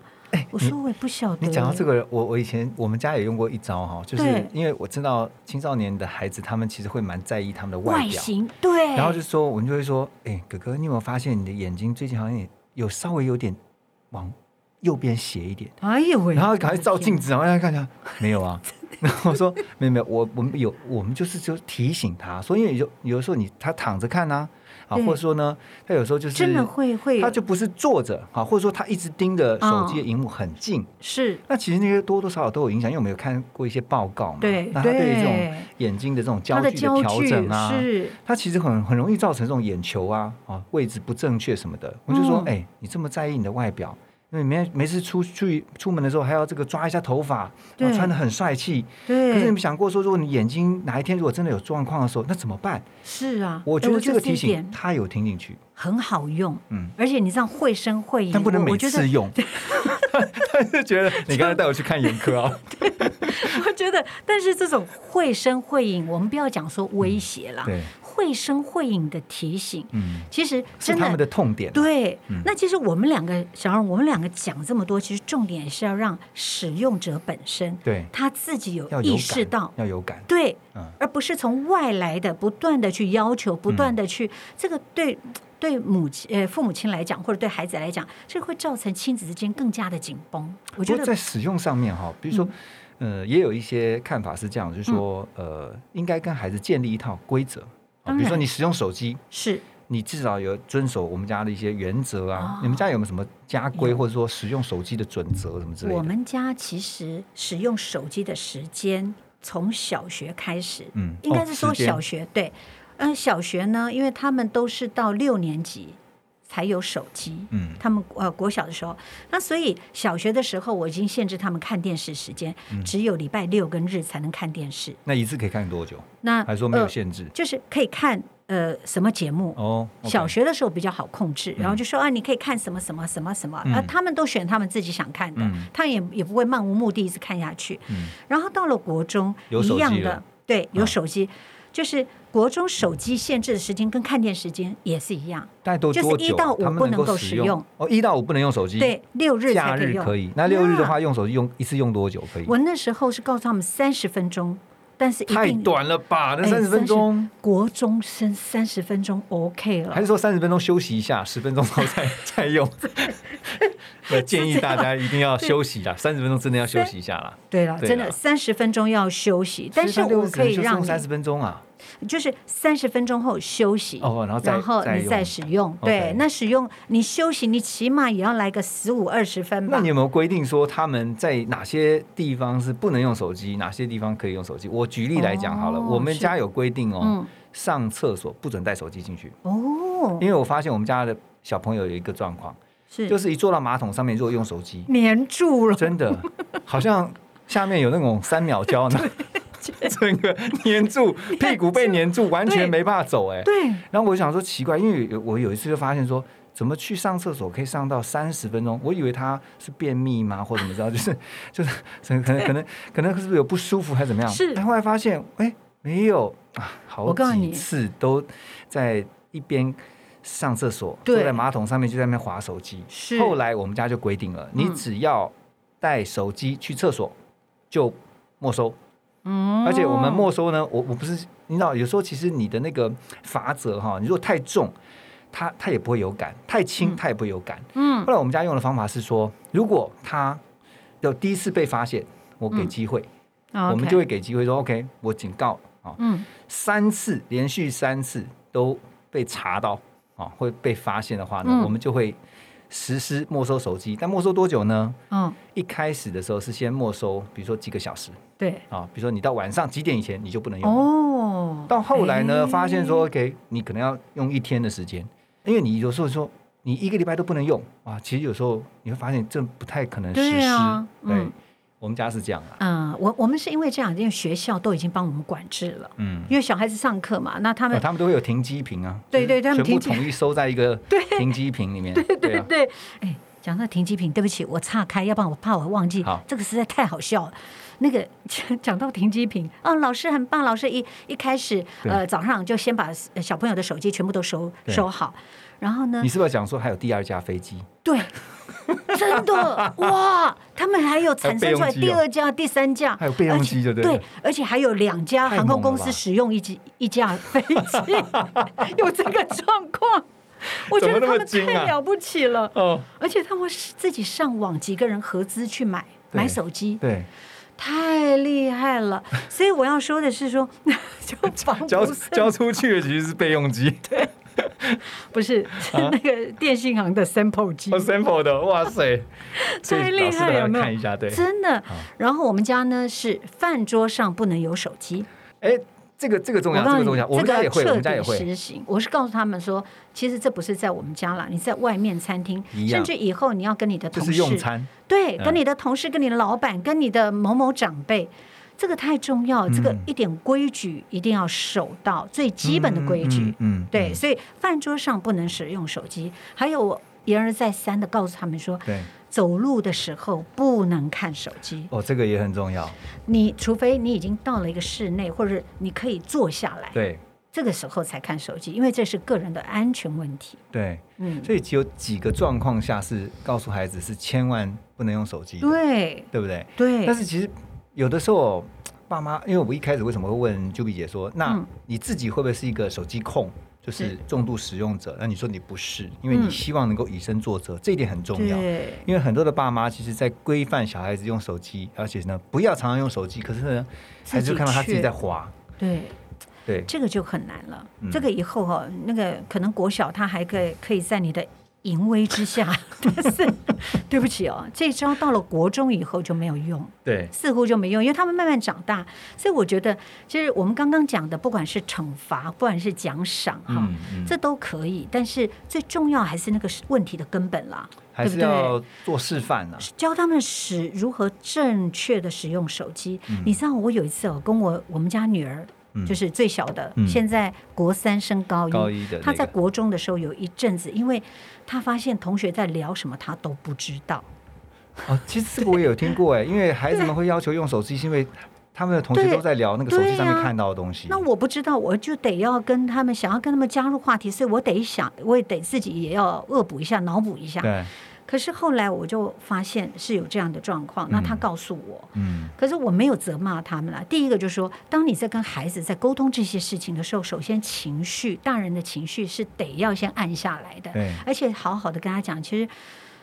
Speaker 2: 我说我也不晓得。
Speaker 1: 哎你讲到这个，我我以前我们家也用过一招哈，就是
Speaker 2: 对
Speaker 1: 因为我知道青少年的孩子，他们其实会蛮在意他们的
Speaker 2: 外
Speaker 1: 表，
Speaker 2: 形，对，
Speaker 1: 然后就说我们就会说，哎、哥哥，你有没有发现你的眼睛最近好像也有稍微有点往右边斜一点？
Speaker 2: 哎呦喂，
Speaker 1: 然后赶快照镜
Speaker 2: 子，
Speaker 1: 子，然后让他看一下，没有 啊。然后我说没有没有，我我们有我们就是就提醒他，所以有有的时候你他躺着看啊，啊，
Speaker 2: 对
Speaker 1: 或者说呢，他有时候就是
Speaker 2: 真的会会
Speaker 1: 他就不是坐着啊，或者说他一直盯着手
Speaker 2: 嗯
Speaker 1: 机的荧幕很近，
Speaker 2: 是
Speaker 1: 那其实那些多多少少都有影响，因为我们有看过一些报告嘛，
Speaker 2: 对
Speaker 1: 那他对于这种
Speaker 2: 对
Speaker 1: 眼睛的这种焦
Speaker 2: 他的
Speaker 1: 距的
Speaker 2: 焦
Speaker 1: 调
Speaker 2: 距
Speaker 1: 整啊，
Speaker 2: 是
Speaker 1: 它其实很很容易造成这种眼球啊啊位置不正确什么的。我就说，
Speaker 2: 嗯
Speaker 1: 哎、你这么在意你的外表，因为每每次出去出门的时候还要这个抓一下头发，然
Speaker 2: 对
Speaker 1: 后穿的很帅气。可
Speaker 2: 对，
Speaker 1: 是你们想过说，如果你眼睛哪一天如果真的有状况的时候，那怎么办？
Speaker 2: 是啊，
Speaker 1: 我觉
Speaker 2: 哎
Speaker 1: 得这个提
Speaker 2: 一点
Speaker 1: 醒他有听进去，
Speaker 2: 很好用，
Speaker 1: 嗯，
Speaker 2: 而且你这样绘声绘影，
Speaker 1: 但不能
Speaker 2: 哎我
Speaker 1: 每
Speaker 2: 我觉得
Speaker 1: 次用。 他就觉得你刚才带我去看眼科 啊，
Speaker 2: 我觉得，但是这种绘声绘影，我们不要讲说威胁啦，
Speaker 1: 嗯对，
Speaker 2: 绘声绘影的提醒，
Speaker 1: 嗯，
Speaker 2: 其实
Speaker 1: 是
Speaker 2: 真
Speaker 1: 他
Speaker 2: 的
Speaker 1: 们的嗯痛点。
Speaker 2: 对，那其实我们两个小荣，我们两个讲这么多，其实重点是要让使用者本身
Speaker 1: 对，
Speaker 2: 他自己有
Speaker 1: 要有
Speaker 2: 意
Speaker 1: 感
Speaker 2: 识到，
Speaker 1: 要有感，
Speaker 2: 对，
Speaker 1: 嗯
Speaker 2: 而不是从外来的不断的去要求，不断的去、
Speaker 1: 嗯
Speaker 2: 这个对对母亲呃父母亲来讲，或者对孩子来讲，这会造成亲子之间更加的紧绷。我觉
Speaker 1: 不过在
Speaker 2: 得嗯
Speaker 1: 使用上面哈，比如说，呃，也有一些看法是这样，就是说，呃，应该跟孩子建立一套规则，啊
Speaker 2: 当然
Speaker 1: 比如说你使用手机，
Speaker 2: 是
Speaker 1: 你至少有遵守我们家的一些原则啊。
Speaker 2: 哦
Speaker 1: 你们家有没有什么家规，
Speaker 2: 有
Speaker 1: 或者说使用手机的准则什么之类
Speaker 2: 我
Speaker 1: 的？
Speaker 2: 们家其实使用手机的时间从小学开始，
Speaker 1: 嗯
Speaker 2: 应该是说
Speaker 1: 哦时间
Speaker 2: 小学、对，嗯、小学呢，因为他们都是到六年级才有手机，
Speaker 1: 嗯
Speaker 2: 他们呃国小的时候，那所以小学的时候我已经限制他们看电视时间，
Speaker 1: 嗯
Speaker 2: 只有礼拜六跟日才能看电视。
Speaker 1: 那一次可以看多久？
Speaker 2: 那
Speaker 1: 还是说没有
Speaker 2: 啊呃
Speaker 1: 限制？
Speaker 2: 就是可以看呃什么节目。
Speaker 1: 哦，
Speaker 2: 小
Speaker 1: OK
Speaker 2: 学的时候比较好控制，然后就说啊，你可以看什么什么什么什么，啊，
Speaker 1: 嗯
Speaker 2: 他们都选他们自己想看的，
Speaker 1: 嗯
Speaker 2: 他们也也不会漫无目的一直看下去。
Speaker 1: 嗯
Speaker 2: 然后到了国中，
Speaker 1: 有手
Speaker 2: 一
Speaker 1: 机
Speaker 2: 样的
Speaker 1: 了，
Speaker 2: 对，
Speaker 1: 啊
Speaker 2: 有手机，就是国中手机限制的时间跟看电时间也是一样，
Speaker 1: 大概都
Speaker 2: 就是
Speaker 1: 多久
Speaker 2: 一到五
Speaker 1: 他们
Speaker 2: 不
Speaker 1: 能
Speaker 2: 能
Speaker 1: 够
Speaker 2: 够
Speaker 1: 使
Speaker 2: 使
Speaker 1: 用
Speaker 2: 用
Speaker 1: 哦，一到五不能用手机，，
Speaker 2: 对，六日
Speaker 1: 嗯假
Speaker 2: 才可以
Speaker 1: 日
Speaker 2: 用。
Speaker 1: 可以。那六日的
Speaker 2: 那
Speaker 1: 话，用手机用一次用多久可以？
Speaker 2: 我那时候是告诉他们三十分钟，但是一
Speaker 1: 太
Speaker 2: 定
Speaker 1: 短了吧？那
Speaker 2: 哎
Speaker 1: 三十分钟，
Speaker 2: 国中生三十分钟 OK 了
Speaker 1: 还。是说三十分钟休息一下，十分钟后再 再用？我建议大家一定要休息啦，三十分钟真的要休息一下啦。
Speaker 2: 对了，
Speaker 1: 对
Speaker 2: 真
Speaker 1: 了
Speaker 2: 的三十分钟要休息，但是我可以让
Speaker 1: 三十
Speaker 2: 你
Speaker 1: 分钟啊，
Speaker 2: 就是三十分钟后休息，
Speaker 1: 哦然后再再
Speaker 2: 你
Speaker 1: 用
Speaker 2: 再使用。对
Speaker 1: OK，
Speaker 2: 那使用你休息，你起码也要来个十五二十分
Speaker 1: 那
Speaker 2: 吧
Speaker 1: 你。有没有规定说他们在哪些地方是不能用手机，哪些地方可以用手机？我举例来讲好了，
Speaker 2: 哦
Speaker 1: 我们
Speaker 2: 是
Speaker 1: 家有规定哦，
Speaker 2: 嗯
Speaker 1: 上厕所不准带手机进去，
Speaker 2: 哦
Speaker 1: 因，为我发现我们家的小朋友有一个状况，
Speaker 2: 是
Speaker 1: 就是一坐到马桶上面，如果用手机，
Speaker 2: 粘住了，
Speaker 1: 真的好像下面有那种三秒胶呢， 整个粘住，屁股被粘住，完全没办法走哎。
Speaker 2: 对，
Speaker 1: 然后我就想说奇怪，因为有我有一次就发现说，怎么去上厕所可以上到三十分钟？我以为他是便秘吗，或者怎么着， 就是就是可能可能可能是不是有不舒服还是怎么样？
Speaker 2: 是
Speaker 1: 但后来发现，哎，没有啊，好
Speaker 2: 我告诉
Speaker 1: 几
Speaker 2: 你
Speaker 1: 次都在一边。上厕所，
Speaker 2: 对
Speaker 1: 坐在马桶上面就在那边划手机。
Speaker 2: 是
Speaker 1: 后来我们家就规定了，你
Speaker 2: 嗯
Speaker 1: 只要带手机去厕所就没收。
Speaker 2: 嗯
Speaker 1: 而且我们没收呢，我我不是，你知道，有时候其实你的那个罚则哈，你如果太重，他他也不会有感；太轻，
Speaker 2: 嗯
Speaker 1: 他也不会有感。
Speaker 2: 嗯
Speaker 1: 后来我们家用的方法是说，如果他有第一次被发现，我给机会，我们就会给机会说 OK，我警告啊，
Speaker 2: 嗯
Speaker 1: 三次连续三次都被查到啊，会被发现的话呢，
Speaker 2: 嗯
Speaker 1: 我们就会实施没收手机。但没收多久呢？
Speaker 2: 嗯
Speaker 1: 一开始的时候是先没收，比如说几个小时
Speaker 2: 对
Speaker 1: 啊，比如说你到晚上几点以前你就不能用了。
Speaker 2: 哦，
Speaker 1: 到后来呢，
Speaker 2: 哎
Speaker 1: 发现说，OK，你可能要用一天的时间，因为你有时候说你一个礼拜都不能用啊。其实有时候你会发现这不太可能实施。
Speaker 2: 对啊
Speaker 1: 对
Speaker 2: 嗯
Speaker 1: 我们家是这样啊。
Speaker 2: 嗯，我我们是因为这样，因为学校都已经帮我们管制了，
Speaker 1: 嗯，
Speaker 2: 因为小孩子上课嘛，那他
Speaker 1: 哦
Speaker 2: 们
Speaker 1: 他们都会有停机坪啊，
Speaker 2: 对对
Speaker 1: 就是
Speaker 2: 他们
Speaker 1: 全部
Speaker 2: 停机
Speaker 1: 统一收在一 个停机坪里面。 对对啊，
Speaker 2: 对，哎，讲到停机坪，对不起，我岔开，要不然我怕我忘记
Speaker 1: 好。
Speaker 2: 这个实在太好笑了。那个 讲到停机坪，哦，老师很棒，老师一一开始
Speaker 1: 对
Speaker 2: 呃早上就先把呃小朋友的手机全部都收
Speaker 1: 对
Speaker 2: 收好，然后呢
Speaker 1: 你，是不是要讲说还有第二架飞机？
Speaker 2: 对，真的哇，他们还有产生出
Speaker 1: 还有备用机哦
Speaker 2: 来第二架、第三架，
Speaker 1: 还有备用机
Speaker 2: 而且
Speaker 1: 就对了
Speaker 2: 对，而且还有两家
Speaker 1: 太
Speaker 2: 航空公
Speaker 1: 猛了吧
Speaker 2: 司使用一机一架 飞机，有这个状况，我觉
Speaker 1: 怎么那
Speaker 2: 得他
Speaker 1: 么
Speaker 2: 们
Speaker 1: 精啊
Speaker 2: 太了不起了。
Speaker 1: 哦，
Speaker 2: 而且他们是自己上网几个人合资去买
Speaker 1: 对
Speaker 2: 买手机，
Speaker 1: 对，
Speaker 2: 太厉 害了。所以我要说的是说， 就防不
Speaker 1: 交
Speaker 2: 胜
Speaker 1: 交出去的其实是备用 机，对，
Speaker 2: 不是 是
Speaker 1: 啊
Speaker 2: 那个电信行
Speaker 1: 哦
Speaker 2: 的 sample 机。
Speaker 1: sample 的，哇塞，所以
Speaker 2: 太厉
Speaker 1: 老师
Speaker 2: 害
Speaker 1: 都要
Speaker 2: 有没有
Speaker 1: 看一下，对，啊
Speaker 2: 真的，然后我们家呢是饭桌上不能有手机，
Speaker 1: 哎，这个这个重
Speaker 2: 我
Speaker 1: 要，
Speaker 2: 告
Speaker 1: 这
Speaker 2: 诉
Speaker 1: 个
Speaker 2: 你，
Speaker 1: 重要，我们家
Speaker 2: 要
Speaker 1: 也会，我
Speaker 2: 彻
Speaker 1: 们家也
Speaker 2: 底
Speaker 1: 会，
Speaker 2: 实行。我是告诉他们说，其实这不是在我们家啦，你在外面餐厅
Speaker 1: 一，样
Speaker 2: 甚至以后你要跟你的
Speaker 1: 就
Speaker 2: 同
Speaker 1: 是
Speaker 2: 事
Speaker 1: 用餐。
Speaker 2: 对，
Speaker 1: 嗯
Speaker 2: 跟你的同事、跟你的老板、跟你的某某长辈，这个太重要了，这个
Speaker 1: 嗯
Speaker 2: 一点规矩一定要守到最基本的规矩。
Speaker 1: 嗯，嗯嗯
Speaker 2: 对，所以饭桌上不能使用手机，还有我言而再三的告诉他们说，
Speaker 1: 对，
Speaker 2: 走路的时候不能看手机。
Speaker 1: 哦，这个也很重要，
Speaker 2: 你除非你已经到了一个室内，或者你可以坐下来，
Speaker 1: 对
Speaker 2: 这个时候才看手机，因为这是个人的安全问题。
Speaker 1: 对，
Speaker 2: 嗯，
Speaker 1: 所以有几个状况下是告诉孩子是千万不能用手机的，
Speaker 2: 对
Speaker 1: 对不对？
Speaker 2: 对
Speaker 1: 但，是其实有的时候爸妈，因为我一开始为什么会问 Juby 姐说，那
Speaker 2: 嗯
Speaker 1: 你自己会不会是一个手机控？就是
Speaker 2: 是
Speaker 1: 重度使用者，那你说你不是，因为你
Speaker 2: 嗯
Speaker 1: 希望能够以身作则，这一点很重要。
Speaker 2: 对
Speaker 1: 因为很多的爸妈其实，在规范小孩子用手机，而且呢，不要常常用手机。可是呢，孩子就看到他自己在滑，
Speaker 2: 对。
Speaker 1: 对，
Speaker 2: 这个就很难了。
Speaker 1: 嗯
Speaker 2: 这个以后哦，那个可能国小他还可以可以在你的淫威之下， 但是对不起哦，这招到了国中以后就没有用，
Speaker 1: 对，
Speaker 2: 似乎就没用，因为他们慢慢长大。所以我觉得，其实我们刚刚讲的，不管是惩罚，不管是奖赏哈。
Speaker 1: 嗯嗯，
Speaker 2: 这都可以，但是最重要还是那个问题的根本啦，
Speaker 1: 还是
Speaker 2: 对不对
Speaker 1: 要做示范啊。
Speaker 2: 教他们使如何正确的使用手机。你知道我有一次哦，跟我我们家女儿
Speaker 1: 嗯
Speaker 2: 就是最小的，
Speaker 1: 嗯
Speaker 2: 现在国三升高一。
Speaker 1: 高一的、那个，
Speaker 2: 他在国中的时候有一阵子，因为他发现同学在聊什么，他都不知道。
Speaker 1: 哦，其实这个我也有听过哎，因为孩子们会要求用手机，是因为他们的同学
Speaker 2: 对
Speaker 1: 都在聊那个手
Speaker 2: 对
Speaker 1: 机
Speaker 2: 呀
Speaker 1: 上面看到的东西。
Speaker 2: 那我不知道，我就得要跟他们想要跟他们加入话题，所以我得想，我也得自己也要恶补一下，脑补一下。
Speaker 1: 对，
Speaker 2: 可是后来我就发现是有这样的状况，那他
Speaker 1: 嗯
Speaker 2: 告诉我，
Speaker 1: 嗯
Speaker 2: 可是我没有责骂他们啦。第一个就是说，当你在跟孩子在沟通这些事情的时候，首先情绪，大人的情绪是得要先按下来的，
Speaker 1: 对，
Speaker 2: 而且好好的跟他讲，其实。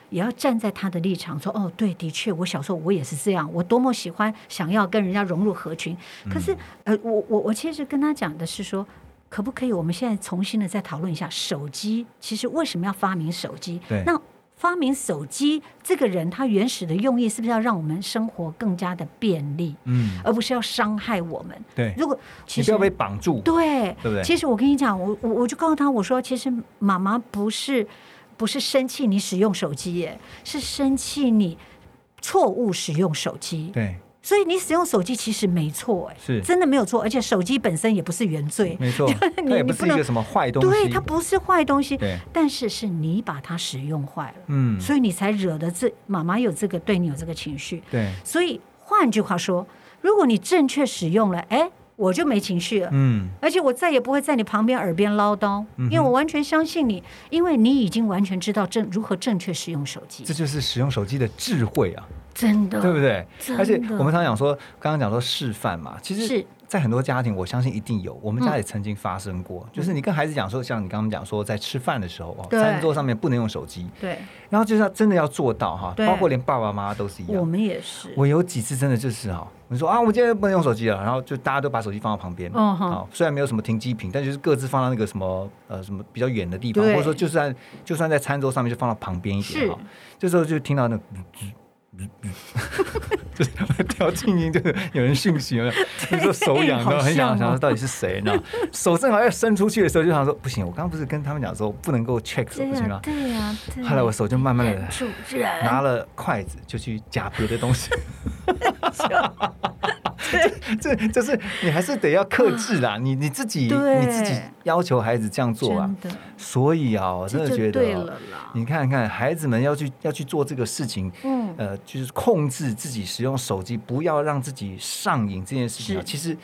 Speaker 2: 也要站在他的立场说，哦，对，的确，我小时候我也是这样，我多么喜欢想要跟人家融入合群。
Speaker 1: 嗯
Speaker 2: 可是，呃，我我我其实跟他讲的是说，可不可以我们现在重新的再讨论一下手机？其实为什么要发明手机
Speaker 1: 对？
Speaker 2: 那发明手机这个人他原始的用意是不是要让我们生活更加的便利，
Speaker 1: 嗯，
Speaker 2: 而不是要伤害我们？
Speaker 1: 对，
Speaker 2: 如果
Speaker 1: 你
Speaker 2: 呃其
Speaker 1: 不
Speaker 2: 实
Speaker 1: 要被绑住。
Speaker 2: 对
Speaker 1: 对不对
Speaker 2: 其实我跟你讲，我我我就告诉他，我说其实妈妈不是不是生气你使用手机耶，是生气你错误使用手机。
Speaker 1: 对，
Speaker 2: 所以你使用手机其实没错，哎，
Speaker 1: 是
Speaker 2: 真的没有错，而且手机本身也不是原罪，
Speaker 1: 没错，
Speaker 2: 你
Speaker 1: 它也不是一个什么坏东西。
Speaker 2: 对，它不是坏东西，
Speaker 1: 对，
Speaker 2: 但是是你把它使用坏了，
Speaker 1: 嗯，
Speaker 2: 所以你才惹得这妈妈有这个对你有这个情绪。
Speaker 1: 对，
Speaker 2: 所以换句话说，如果你正确使用了，哎，我就没情绪了。
Speaker 1: 嗯，
Speaker 2: 而且我再也不会在你旁边耳边唠叨，
Speaker 1: 嗯哼
Speaker 2: 因为我完全相信你，因为你已经完全知道正如何正确使用手机
Speaker 1: 这，就是使用手机的智慧啊，
Speaker 2: 真的
Speaker 1: 对不对？
Speaker 2: 嗯真的
Speaker 1: 而且我们常讲说，刚刚讲说示范嘛，其实
Speaker 2: 是，嗯
Speaker 1: 在很多家庭，我相信一定有，我们家也曾经发生过，就是你跟孩子讲说，像你刚刚讲说，在吃饭的时候哦，
Speaker 2: 对
Speaker 1: 餐桌上面不能用手机，
Speaker 2: 对，
Speaker 1: 然后就是要真的要做到哈，
Speaker 2: 对
Speaker 1: 包括连爸爸妈妈都是一
Speaker 2: 我
Speaker 1: 样。
Speaker 2: 们也是，
Speaker 1: 我有几次真的就是哈，我说啊，我今天不能用手机了，然后就大家都把手机放到旁边，
Speaker 2: 嗯哼
Speaker 1: 好，虽然没有什么停机坪，但就是各自放到那个什么呃什么比较远的地方，或
Speaker 2: 对
Speaker 1: 者说就算就算在餐桌上面就放到旁边一点
Speaker 2: 是
Speaker 1: 哈，这时候就听到那个 吱吱吱吱，就是调静音，就是有人讯息了，就是说手痒，然后很
Speaker 2: 好像哦
Speaker 1: 想想说到底是谁，然后手正好要伸出去的时候，就想说不行，我刚刚不是跟他们讲说不能够 check 手
Speaker 2: 对
Speaker 1: 机
Speaker 2: 呀
Speaker 1: 吗，？
Speaker 2: 对呀，对呀
Speaker 1: 后来我手就慢慢的
Speaker 2: 主人，
Speaker 1: 拿了筷子就去夹别的东 西。 这这就是你还是得要克制啦，你你自己
Speaker 2: 对
Speaker 1: 你自己要求孩子这样做啊
Speaker 2: 真。的，
Speaker 1: 所以啊，我真
Speaker 2: 这
Speaker 1: 的
Speaker 2: 就
Speaker 1: 觉得
Speaker 2: 对
Speaker 1: 哦、
Speaker 2: 了啦，
Speaker 1: 你看看孩子们要去要去做这个事情，
Speaker 2: 嗯，
Speaker 1: 呃，就是控制自己使用手机，不要让自己上瘾这件事情、啊，
Speaker 2: 是
Speaker 1: 其实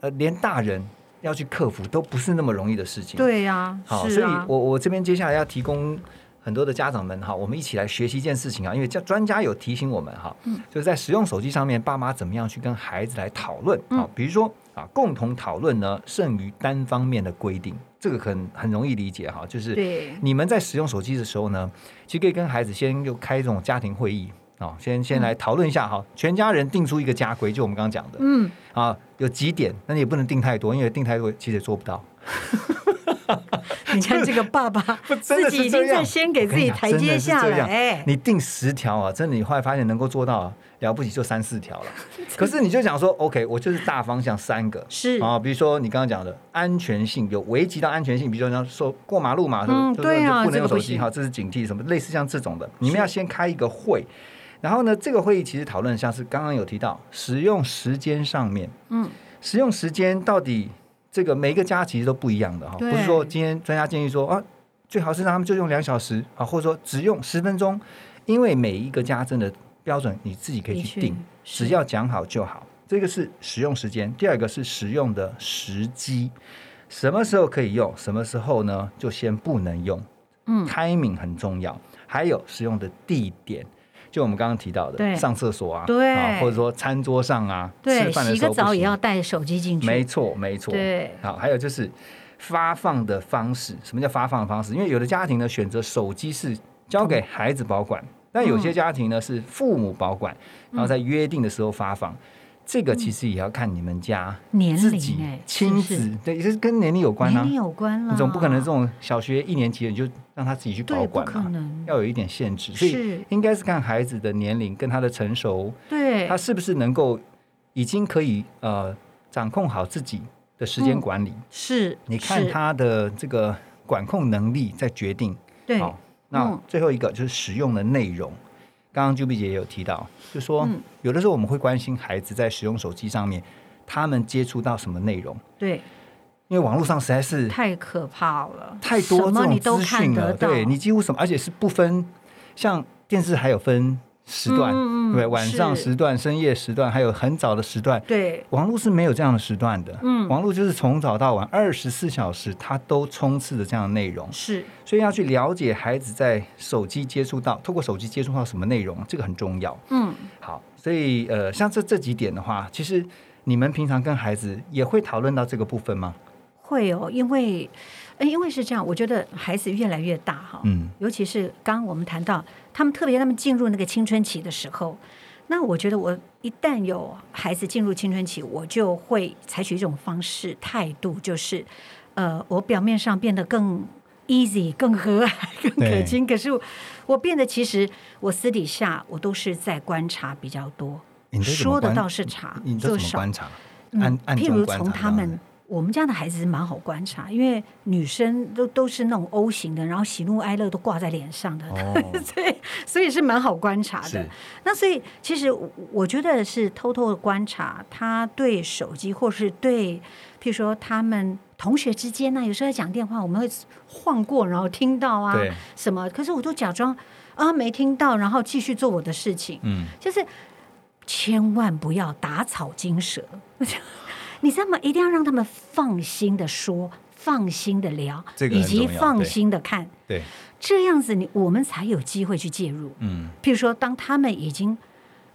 Speaker 1: 呃，连大人要去克服都不是那么容易的事情。
Speaker 2: 对呀，
Speaker 1: 好，
Speaker 2: 是
Speaker 1: 所以
Speaker 2: 啊，
Speaker 1: 我我这边接下来要提供很多的家长们哈，我们一起来学习一件事情啊，因为教专家有提醒我们哈，
Speaker 2: 嗯
Speaker 1: 就是在使用手机上面，爸妈怎么样去跟孩子来讨论
Speaker 2: 嗯
Speaker 1: 啊，比如说啊，共同讨论呢，胜于单方面的规定，这个很很容易理解哈，就是
Speaker 2: 对，
Speaker 1: 你们在使用手机的时候呢，其实可以跟孩子先就开这种家庭会议。啊，先
Speaker 2: 嗯
Speaker 1: 先来讨论一下哈，全家人定出一个家规，就我们刚刚讲的，
Speaker 2: 嗯，
Speaker 1: 啊，有几点，那你也不能定太多，因为定太多其实也做不到。
Speaker 2: 你看这个爸爸
Speaker 1: 不真的
Speaker 2: 自
Speaker 1: 是
Speaker 2: 己已经
Speaker 1: 这
Speaker 2: 在
Speaker 1: 样
Speaker 2: 先给自己台阶下
Speaker 1: 我跟你讲真的是这
Speaker 2: 来，
Speaker 1: 样
Speaker 2: 哎
Speaker 1: 你定十条啊，真的你后来发现能够做到啊了不起就三四 条了。可是你就想说，OK，我就是大方向三个
Speaker 2: 是
Speaker 1: 啊，比如说你刚刚讲的安全性有危及到安全性，比如说人家说过马路嘛，
Speaker 2: 嗯
Speaker 1: 就是
Speaker 2: 对啊
Speaker 1: 就不能
Speaker 2: 这个
Speaker 1: 用手
Speaker 2: 不
Speaker 1: 机
Speaker 2: 行
Speaker 1: 哈，这是警惕什么，类似像这种的，你们要先开一个会。然后呢，这个会议其实讨论像是刚刚有提到使用时间上面，
Speaker 2: 嗯，
Speaker 1: 使用时间到底这个每一个家其实都不一样的哈，
Speaker 2: 对
Speaker 1: 不是说今天专家建议说啊，最好是让他们就用两小时啊，或者说只用十分钟，因为每一个家真的标准你自己可以去定
Speaker 2: 的，确是
Speaker 1: 只要讲好就好。这个是使用时间，第二个是使用的时机，什么时候可以用，什么时候呢就先不能用。
Speaker 2: 嗯
Speaker 1: timing 很重要，还有使用的地点，就我们刚刚提到的，
Speaker 2: 对
Speaker 1: 上厕所啊，
Speaker 2: 对
Speaker 1: 啊或者说餐桌上啊，吃
Speaker 2: 对，
Speaker 1: 饭的
Speaker 2: 洗
Speaker 1: 时候不
Speaker 2: 个澡也
Speaker 1: 行
Speaker 2: 要带手机进去，
Speaker 1: 没错，没错。
Speaker 2: 对
Speaker 1: 好，还有就是发放的方式。什么叫发放的方式？因为有的家庭呢，选择手机是交给孩子保
Speaker 2: 嗯
Speaker 1: 管，但有些家庭呢是父母保管，然后在约定的时候发放。这个其实也要看你们家
Speaker 2: 年
Speaker 1: 自
Speaker 2: 龄
Speaker 1: 己
Speaker 2: 哎
Speaker 1: 亲
Speaker 2: 是不是
Speaker 1: 子，对，也是跟年龄有关
Speaker 2: 年
Speaker 1: 啊
Speaker 2: 龄。有关啦，
Speaker 1: 你总不可能这种小学一年级的你就让他自己去保
Speaker 2: 对，不
Speaker 1: 管啊
Speaker 2: 可
Speaker 1: 嘛，
Speaker 2: 能，
Speaker 1: 要有一点限制。所以
Speaker 2: 是
Speaker 1: 应该是看孩子的年龄跟他的成熟，
Speaker 2: 对
Speaker 1: 他，是不是能够已经可以呃掌控好自己的时间管理？
Speaker 2: 嗯是，
Speaker 1: 你看
Speaker 2: 是，
Speaker 1: 他的这个管控能力再决定。
Speaker 2: 对，
Speaker 1: 好，那
Speaker 2: 嗯
Speaker 1: 最后一个就是使用的内容。刚刚 Juby 姐也有提到，就说
Speaker 2: 嗯
Speaker 1: 有的时候我们会关心孩子在使用手机上面他们接触到什么内容，
Speaker 2: 对，
Speaker 1: 因为网络上实在是
Speaker 2: 太可怕了，
Speaker 1: 太多
Speaker 2: 什么
Speaker 1: 这
Speaker 2: 你
Speaker 1: 种
Speaker 2: 都
Speaker 1: 资
Speaker 2: 看
Speaker 1: 讯
Speaker 2: 得
Speaker 1: 了，
Speaker 2: 到，
Speaker 1: 对你几乎什么，而且是不分，像电视还有分时段，
Speaker 2: 嗯嗯嗯
Speaker 1: 对，晚上
Speaker 2: 是
Speaker 1: 时段、深夜时段，还有很早的时段。
Speaker 2: 对
Speaker 1: 网络是没有这样的时段的，
Speaker 2: 嗯
Speaker 1: 网络就是从早到晚，二十四小时它都充斥着这样的内容，
Speaker 2: 是
Speaker 1: 所以要去了解孩子在手机接触到，透过手机接触到什么内容，这个很重要。
Speaker 2: 嗯
Speaker 1: 好，所以呃，像这这几点的话，其实你们平常跟孩子也会讨论到这个部分吗？
Speaker 2: 会哦，因为呃因为是这样，我觉得孩子越来越大哈，
Speaker 1: 嗯，
Speaker 2: 尤其是刚刚我们谈到他们特别他们进入那个青春期的时候，那我觉得我一旦有孩子进入青春期，我就会采取一种方式态度，就是呃，我表面上变得更 easy、更和蔼、 更可
Speaker 1: 对
Speaker 2: 亲，可是我我变得其实我私底下我都是在观察比较多，
Speaker 1: 你都怎么
Speaker 2: 说的
Speaker 1: 观
Speaker 2: 倒是茶
Speaker 1: 你都
Speaker 2: 做
Speaker 1: 怎么
Speaker 2: 少
Speaker 1: 观察？按
Speaker 2: 嗯，
Speaker 1: 按
Speaker 2: 譬
Speaker 1: 这样
Speaker 2: 如
Speaker 1: 观察
Speaker 2: 从他
Speaker 1: 到
Speaker 2: 们
Speaker 1: 的，
Speaker 2: 我们家的孩子蛮好观察，因为女生都都是那种 O 型的，然后喜怒哀乐都挂在脸上的，
Speaker 1: 哦
Speaker 2: 对， 所以是蛮好观察的
Speaker 1: 是。
Speaker 2: 那所以其实我我觉得是偷偷的观察他对手机，或是对，譬如说他们同学之间啊呢、有时候在讲电话，我们会晃过，然后听到啊
Speaker 1: 对
Speaker 2: 什么，可是我都假装啊没听到，然后继续做我的事情。
Speaker 1: 嗯，
Speaker 2: 就是千万不要打草惊蛇， 你知道吗？一定要让他们放心的说，放心的聊，
Speaker 1: 这个
Speaker 2: 以
Speaker 1: 很
Speaker 2: 及
Speaker 1: 重要
Speaker 2: 放
Speaker 1: 对
Speaker 2: 心的看，
Speaker 1: 对，
Speaker 2: 这样子你我们才有机会去介入。
Speaker 1: 嗯，
Speaker 2: 譬如说，当他们已经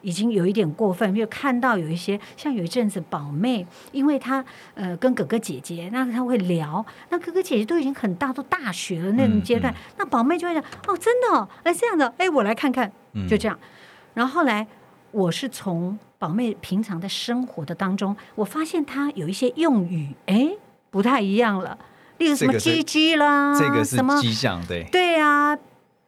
Speaker 2: 已经有一点过分，因为看到有一些像有一阵子宝妹，因为她呃跟哥哥姐姐，那她会聊，那哥哥姐姐都已经很大，都大学了那种
Speaker 1: 嗯
Speaker 2: 阶段，
Speaker 1: 嗯
Speaker 2: 那宝妹就会讲哦，真的、哦，哎这样的，哎我来看看，
Speaker 1: 嗯
Speaker 2: 就这样。然后后来我是从宝妹平常的生活的当中，我发现她有一些用语，哎不太一样了，例如什么
Speaker 1: 这个是
Speaker 2: “gg” 啦，
Speaker 1: 这个是
Speaker 2: 啊什么
Speaker 1: 迹象，对，
Speaker 2: 对啊，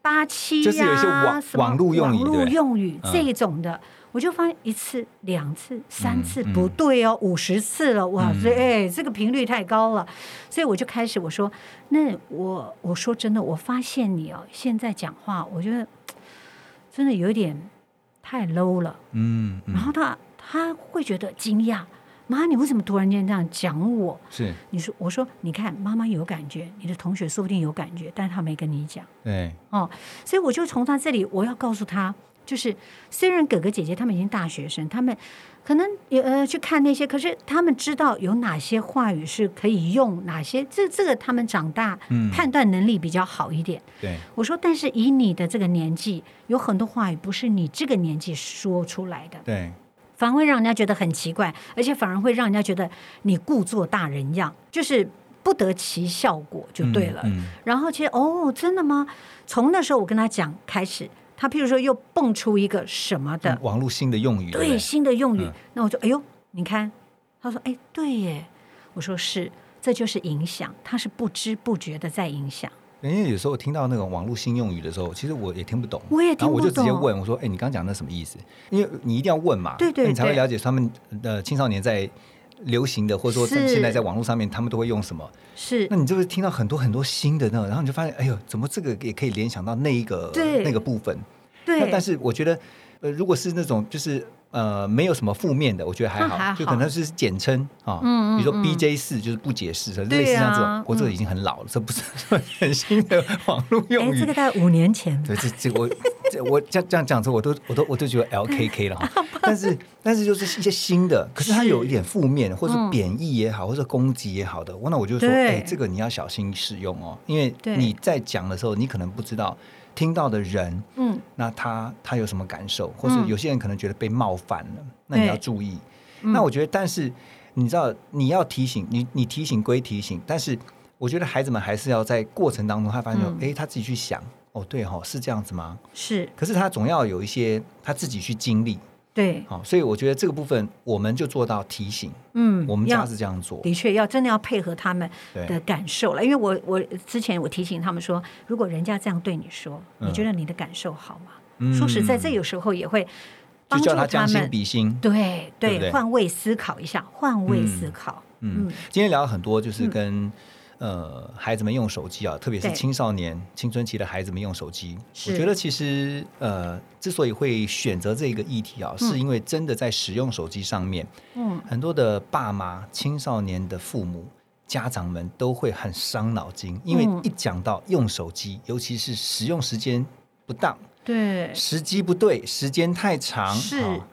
Speaker 2: 八七、呀，啊
Speaker 1: 就是有一些网
Speaker 2: 什么
Speaker 1: 网络用语
Speaker 2: 网络
Speaker 1: 对不对
Speaker 2: 用语
Speaker 1: 嗯
Speaker 2: 这一种的，我就发现一次、两次、三次、
Speaker 1: 嗯
Speaker 2: 不对哦，五十次了，哇
Speaker 1: 嗯
Speaker 2: 塞，哎，这个频率太高了，所以我就开始我说，那我我说真的，我发现你哦，现在讲话，我觉得真的有点太 low 了。
Speaker 1: 嗯，嗯
Speaker 2: 然后他他会觉得惊讶，妈，你为什么突然间这样讲我？
Speaker 1: 是，
Speaker 2: 你说，我说，你看，妈妈有感觉，你的同学说不定有感觉，但是他没跟你讲。
Speaker 1: 对，
Speaker 2: 哦，所以我就从他这里，我要告诉他，就是虽然哥哥姐姐他们已经大学生，他们可能也呃去看那些，可是他们知道有哪些话语是可以用，哪些这这个他们长大
Speaker 1: 嗯，
Speaker 2: 判断能力比较好一点。
Speaker 1: 对，
Speaker 2: 我说，但是以你的这个年纪，有很多话语不是你这个年纪说出来的，
Speaker 1: 对，
Speaker 2: 反而会让人家觉得很奇怪，而且反而会让人家觉得你故作大人样，就是不得其效果就对了。
Speaker 1: 嗯，
Speaker 2: 然后其实哦，真的吗？从那时候我跟他讲开始，他譬如说又蹦出一个什么的
Speaker 1: 嗯，网络新的用语，
Speaker 2: 对
Speaker 1: 不
Speaker 2: 新的用语，
Speaker 1: 嗯
Speaker 2: 那我就哎呦，你看，他说哎对耶，我说是，这就是影响，他是不知不觉的在影响，
Speaker 1: 因为有时候听到那种网络新用语的时候，其实我也听不懂，
Speaker 2: 我也
Speaker 1: 然
Speaker 2: 听
Speaker 1: 后
Speaker 2: 不
Speaker 1: 我
Speaker 2: 懂，
Speaker 1: 就直接问我说：“哎、你刚讲那什么意思？”因为你一定要问嘛，
Speaker 2: 对对
Speaker 1: 你才会
Speaker 2: 对
Speaker 1: 了解他们呃青少年在流行的，或者说
Speaker 2: 是
Speaker 1: 现在在网络上面他们都会用什么。
Speaker 2: 是
Speaker 1: 那。你就会听到很多很多新的那种，然后你就发现，哎呦，怎么这个也可以联想到那一个
Speaker 2: 对
Speaker 1: 那个部分？那
Speaker 2: 对，
Speaker 1: 但是我觉得，呃，如果是那种就是呃没有什么负面的，我觉得还
Speaker 2: 那
Speaker 1: 好，
Speaker 2: 还
Speaker 1: 就
Speaker 2: 好
Speaker 1: 可能是简称啊，
Speaker 2: 嗯嗯
Speaker 1: 比如说
Speaker 2: 嗯
Speaker 1: BJ 四就是不解释的，
Speaker 2: 对
Speaker 1: 类似像这种
Speaker 2: 啊，
Speaker 1: 我、这个已经很老了，这不是 很新的网络用
Speaker 2: 哎，
Speaker 1: 语。
Speaker 2: 这个大概五年前，
Speaker 1: 对，这这我这我这样这样讲之后，我都我都我都觉得 LKK 了 哈。但是但是就是一些新的，可是它
Speaker 2: 是
Speaker 1: 有一点负面，或是
Speaker 2: 嗯
Speaker 1: 贬义也好，或者攻击也好的，我那我就说，
Speaker 2: 对
Speaker 1: 哎，这个你要小心使用哦，因为
Speaker 2: 对
Speaker 1: 你在讲的时候，你可能不知道听到的人，
Speaker 2: 嗯，
Speaker 1: 那他他有什么感受，或是
Speaker 2: 嗯
Speaker 1: 有些人可能觉得被冒犯了，那你
Speaker 2: 对嗯
Speaker 1: 要注意。那我觉得，但是你知道，你要提醒你，你提醒归提醒，但是我觉得孩子们还是要在过程当中，他发现说，
Speaker 2: 嗯
Speaker 1: 哎、他自己去想，哦，对哦，是这样子吗？
Speaker 2: 是
Speaker 1: 可是他总要有一些他自己去经历，
Speaker 2: 对，
Speaker 1: 好、所以我觉得这个部分我们就做到提醒，
Speaker 2: 嗯，
Speaker 1: 我们
Speaker 2: 要
Speaker 1: 家是这样做，
Speaker 2: 的确要真的要配合他们
Speaker 1: 对
Speaker 2: 的感受了，因为我我之前我提醒他们说，如果人家这样对你说，
Speaker 1: 嗯
Speaker 2: 你觉得你的感受好吗？
Speaker 1: 嗯
Speaker 2: 说实在，这有时候也会
Speaker 1: 就
Speaker 2: 帮助
Speaker 1: 叫他
Speaker 2: 他
Speaker 1: 将心
Speaker 2: 们。
Speaker 1: 比心。
Speaker 2: 对
Speaker 1: 对不对
Speaker 2: 换位思考一下，换位思考。
Speaker 1: 嗯
Speaker 2: 嗯，
Speaker 1: 今天聊了很多，就是跟、呃孩子们用手机啊，特别是
Speaker 2: 对
Speaker 1: 青少年青春期的孩子们用手机，我
Speaker 2: 是
Speaker 1: 觉得其实呃之所以会选择这个议题啊，是因为真的在使用手机上面，
Speaker 2: 嗯，
Speaker 1: 很多的爸妈、青少年的父母、家长们都会很伤脑筋，因为
Speaker 2: 嗯
Speaker 1: 一讲到用手机，尤其是使用时间不当、
Speaker 2: 对，
Speaker 1: 时机不对、时间太长，
Speaker 2: 是
Speaker 1: 啊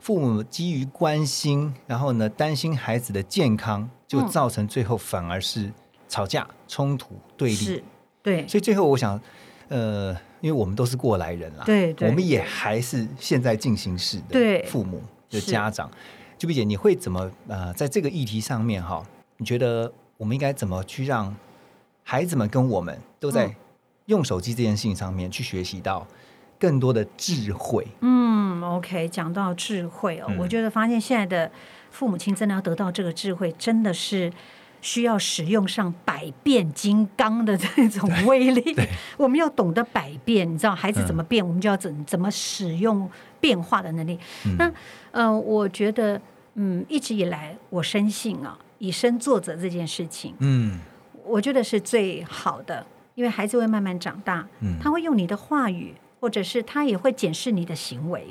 Speaker 1: 父母基于关心，然后呢担心孩子的健康，就
Speaker 2: 嗯
Speaker 1: 造成最后反而是吵架、冲突、对立。
Speaker 2: 是，对，
Speaker 1: 所以最后我想，呃，因为我们都是过来人啦，
Speaker 2: 对对
Speaker 1: 我们也还是现在进行式的
Speaker 2: 对
Speaker 1: 父母的
Speaker 2: 是
Speaker 1: 家长。就毕姐，你会怎么呃，在这个议题上面哈，你觉得我们应该怎么去让孩子们跟我们都在
Speaker 2: 嗯
Speaker 1: 用手机这件事情上面去学习到更多的智慧？
Speaker 2: 嗯，OK，讲到智慧哦，
Speaker 1: 嗯
Speaker 2: 我觉得发现现在的父母亲真的要得到这个智慧，真的是需要使用上百变金刚的这种威力。我们要懂得百变，你知道孩子怎么变，我们就要怎怎么使用变化的能力。那呃，我觉得嗯，一直以来我深信啊，以身作则这件事情，
Speaker 1: 嗯
Speaker 2: 我觉得是最好的，因为孩子会慢慢长大，
Speaker 1: 嗯
Speaker 2: 他会用你的话语，或者是他也会检视你的行为。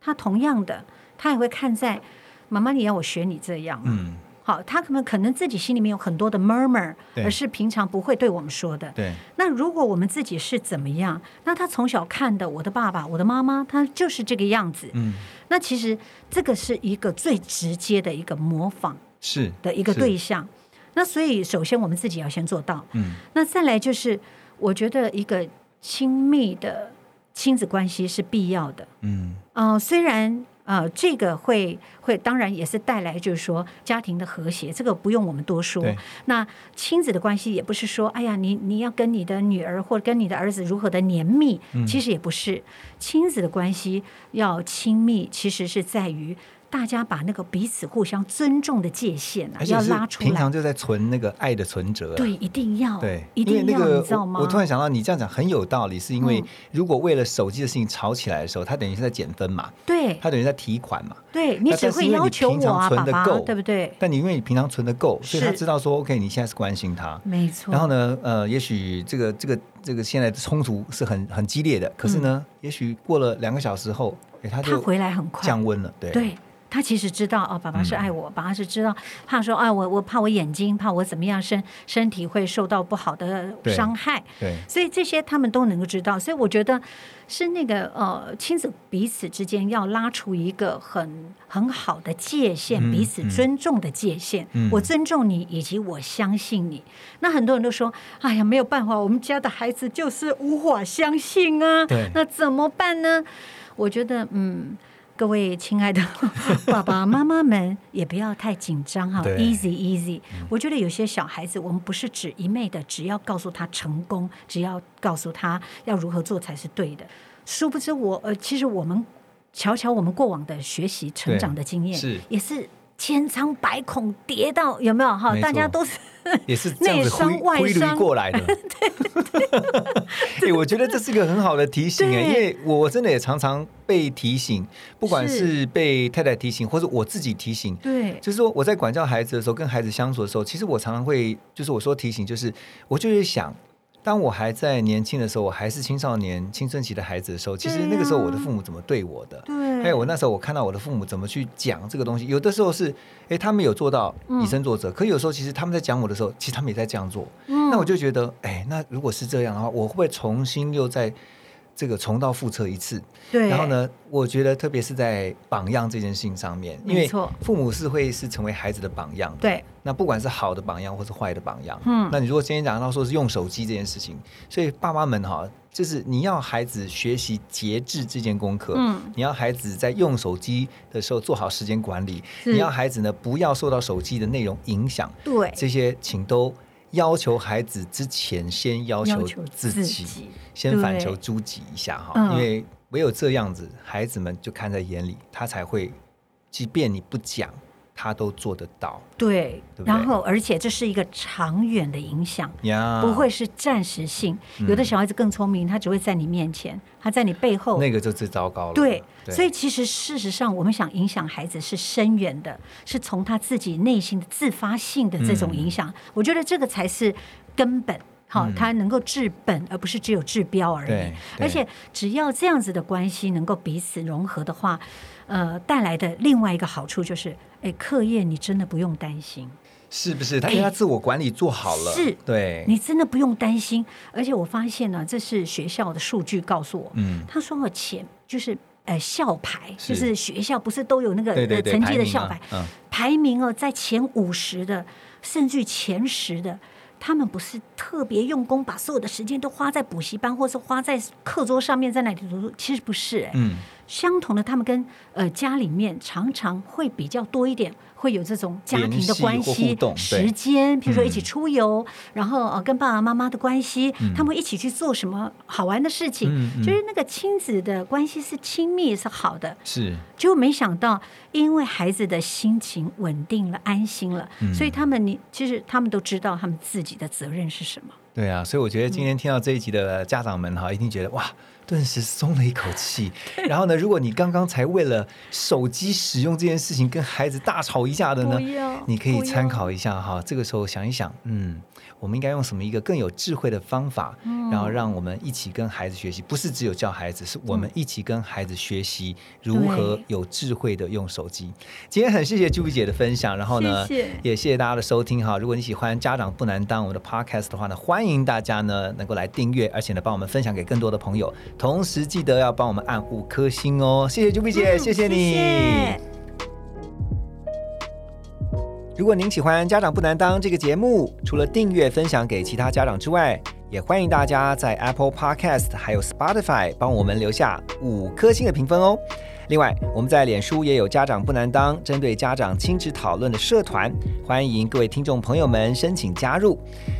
Speaker 2: 他同样的，他也会看在妈妈，你要我学你这样吗，
Speaker 1: 嗯，
Speaker 2: 好，他可能可能自己心里面有很多的 murmur，
Speaker 1: 对
Speaker 2: 而是平常不会对我们说的。
Speaker 1: 对，
Speaker 2: 那如果我们自己是怎么样，那他从小看的我的爸爸、我的妈妈，他就是这个样子。
Speaker 1: 嗯
Speaker 2: 那其实这个是一个最直接的一个模仿
Speaker 1: 是
Speaker 2: 的一个
Speaker 1: 是
Speaker 2: 对象。那所以，首先我们自己要先做到。
Speaker 1: 嗯
Speaker 2: 那再来就是，我觉得一个亲密的亲子关系是必要的。
Speaker 1: 嗯
Speaker 2: 呃，虽然呃，这个会会当然也是带来就是说家庭的和谐，这个不用我们多说
Speaker 1: 对。
Speaker 2: 那亲子的关系也不是说，哎呀，你你要跟你的女儿或跟你的儿子如何的黏密，
Speaker 1: 嗯
Speaker 2: 其实也不是。亲子的关系要亲密，其实是在于大家把那个彼此互相尊重的界限啊
Speaker 1: 而，且
Speaker 2: 要
Speaker 1: 是
Speaker 2: 拉出
Speaker 1: 平
Speaker 2: 来。
Speaker 1: 常就在存那个爱的存折啊、
Speaker 2: 对，一定要，
Speaker 1: 对，
Speaker 2: 哦一定
Speaker 1: 因为
Speaker 2: 要，
Speaker 1: 那个
Speaker 2: 你知道吗？
Speaker 1: 我？我突然想到，你这样讲很有道理，是因为
Speaker 2: 嗯
Speaker 1: 如果为了手机的事情吵起来的时候，他等于是在减分嘛，
Speaker 2: 对
Speaker 1: 他等于在提款嘛。
Speaker 2: 对，你
Speaker 1: 那
Speaker 2: 只
Speaker 1: 但是
Speaker 2: 会
Speaker 1: 因为
Speaker 2: 要
Speaker 1: 你
Speaker 2: 求
Speaker 1: 平
Speaker 2: 我
Speaker 1: 常
Speaker 2: 啊，爸
Speaker 1: 存得
Speaker 2: 爸，
Speaker 1: 够
Speaker 2: 对不对？
Speaker 1: 但你因为你平常存的够，所以他
Speaker 2: 是
Speaker 1: 知道说，OK，你现在是关心他。
Speaker 2: 没错。
Speaker 1: 然后呢，呃，也许这个这个这个现在的冲突是很很激烈的，可是呢，也许过了两个小时后，哎，他
Speaker 2: 嗯他
Speaker 1: 就
Speaker 2: 回来很快，
Speaker 1: 降温了，对嗯
Speaker 2: 对。他其实知道哦，爸爸是爱我，爸爸是知道，怕说啊，我我怕我眼睛，怕我怎么样身身体会受到不好的
Speaker 1: 对
Speaker 2: 伤害，
Speaker 1: 对
Speaker 2: 所以这些他们都能够知道。所以我觉得是那个呃，亲子彼此之间要拉出一个很很好的界限，
Speaker 1: 嗯
Speaker 2: 彼此尊重的界限。
Speaker 1: 嗯
Speaker 2: 我尊重你，以及我相信你。那很多人都说：“哎呀，没有办法，我们家的孩子就是无法相信啊
Speaker 1: 对，
Speaker 2: 那怎么办呢？”我觉得，嗯。各位亲爱的 爸爸妈妈们，也不要太紧张哈
Speaker 1: 对
Speaker 2: ，easy easy。
Speaker 1: 嗯
Speaker 2: 我觉得有些小孩子，我们不是只一昧的，只要告诉他成功，只要告诉他要如何做才是对的。殊不知我，呃，其实我们瞧瞧我们过往的学习成长的经验，
Speaker 1: 是
Speaker 2: 也是千疮百孔，跌到有没有哈？
Speaker 1: 没错
Speaker 2: 大 家都是
Speaker 1: 也是这样子
Speaker 2: 内伤
Speaker 1: 挥
Speaker 2: 外
Speaker 1: 挥
Speaker 2: 伤
Speaker 1: 驴过 来的。 哎、我觉得这是一个很好的提醒哎，
Speaker 2: 对
Speaker 1: 因为我我真的也常常被提醒，不管
Speaker 2: 是
Speaker 1: 是被太太提醒，或者我自己提醒，
Speaker 2: 对
Speaker 1: 就是说我在管教孩子的时候，跟孩子相处的时候，其实我常常会，就是我说提醒，就是我就是想，当我还在年轻的时候，我还是青少年、青春期的孩子的时候，其实
Speaker 2: 对啊
Speaker 1: 那个时候我的父母怎么对我的。
Speaker 2: 对
Speaker 1: 还有我那时候，我看到我的父母怎么去讲这个东西，有的时候是，哎，他们有做到
Speaker 2: 嗯
Speaker 1: 以身作则，可有时候其实他们在讲我的时候，其实他们也在这样做。
Speaker 2: 嗯
Speaker 1: 那我就觉得，哎，那如果是这样的话，我会不会重新又在这个重蹈覆辙一次？
Speaker 2: 对，
Speaker 1: 然后？呢，我觉得特别是在榜样这件事情上面，因
Speaker 2: 没
Speaker 1: 为
Speaker 2: 错
Speaker 1: 父母是会是成为孩子的榜样的。
Speaker 2: 对，
Speaker 1: 那不管是好的榜样或是坏的榜样，
Speaker 2: 嗯
Speaker 1: 那你如果今天讲到说是用手机这件事情，所以爸妈们哈，就是你要孩子学习节制这件功课，
Speaker 2: 嗯
Speaker 1: 你要孩子在用手机的时候做好时间管理，
Speaker 2: 是
Speaker 1: 你要孩子呢不要受到手机的内容影响，
Speaker 2: 对，
Speaker 1: 这些请都要求孩子之前先要求自己，先反求诸己一下哈，
Speaker 2: 嗯
Speaker 1: 因为唯有这样子，孩子们就看在眼里，他才会，即便你不讲，
Speaker 3: 他都做得到
Speaker 2: 对，
Speaker 3: 对不对
Speaker 2: 然后而且这是一个长远的影响。
Speaker 3: 呀。
Speaker 2: 不会是暂时性，
Speaker 3: 嗯
Speaker 2: 有的小孩子更聪明，他只会在你面前，他在你背后，
Speaker 3: 那个就最糟糕了。
Speaker 2: 对，所以其实事实上，我们想影响孩子是深远的，是从他自己内心的自发性的这种影响。
Speaker 3: 嗯
Speaker 2: 我觉得这个才是根本。好，他能够治本，而不是只有治标而已
Speaker 3: 对。对
Speaker 2: 而且只要这样子的关系能够彼此融合的话，呃，带来的另外一个好处就是，哎，课业你真的不用担心。
Speaker 3: 是不是他因为他自我管理做好了？
Speaker 2: 是
Speaker 3: 对，
Speaker 2: 你真的不用担心。而且我发现呢，这是学校的数据告诉我，
Speaker 3: 嗯
Speaker 2: 他说我前就是呃校牌，
Speaker 3: 是
Speaker 2: 就是学校不是都有那个
Speaker 3: 对对对
Speaker 2: 呃成绩
Speaker 3: 排
Speaker 2: 的
Speaker 3: 名
Speaker 2: 校
Speaker 3: 嘛
Speaker 2: 牌，
Speaker 3: 嗯
Speaker 2: 排名哦在前五十的，甚至于前十的。他们不是特别用功，把所有的时间都花在补习班，或是花在课桌上面，在那里读书。其实不是、哎
Speaker 3: 嗯，
Speaker 2: 相同的，他们跟呃家里面常常会比较多一点，会有这种家庭的关
Speaker 3: 联系或互
Speaker 2: 系
Speaker 3: 动、对
Speaker 2: 时间，比如说
Speaker 3: 嗯
Speaker 2: 一起出游，然后呃跟爸爸妈妈的关系，他们一起去做什么好玩的事情，
Speaker 3: 嗯嗯
Speaker 2: 就是那个亲子的关系是亲密是好的。
Speaker 3: 是
Speaker 2: 就没想到，因为孩子的心情稳定了、安心了，
Speaker 3: 嗯
Speaker 2: 所以他们你其实他们都知道他们自己的责任是什么。
Speaker 3: 对啊，所以我觉得今
Speaker 2: 嗯
Speaker 3: 天听到这一集的家长们哈，一定觉得哇，顿时松了一口气。然后呢，如果你刚刚才为了手机使用这件事情跟孩子大吵一架的呢
Speaker 2: 不要，
Speaker 3: 你可以
Speaker 2: 不要
Speaker 3: 参考一下哈。这个时候想一想，嗯，我们应该用什么一个更有智慧的方法，
Speaker 2: 嗯
Speaker 3: 然后让我们一起跟孩子学习，不是只有教孩子，是我们一起跟孩子学习如何
Speaker 2: 嗯对
Speaker 3: 有智慧的用手机。今天很谢谢朱碧姐的分享，然后呢，
Speaker 2: 谢谢
Speaker 3: 也谢谢大家的收听哈。如果你喜欢《家长不难当》我们的 podcast 的话呢，欢迎大家呢能够来订阅，而且呢帮我们分享给更多的朋友。同时记得要帮我们按五颗星哦，谢谢朱碧姐，谢谢你。
Speaker 2: 嗯谢
Speaker 1: 如果您喜欢《家长不难当》这个节目，除了订阅分享给其他家长之外，也欢迎大家在 Apple Podcast 还有 Spotify 帮我们留下五颗星的评分哦。另外，我们在脸书也有“家长不难当”针对家长亲子讨论的社团，欢迎各位听众朋友们申请加入。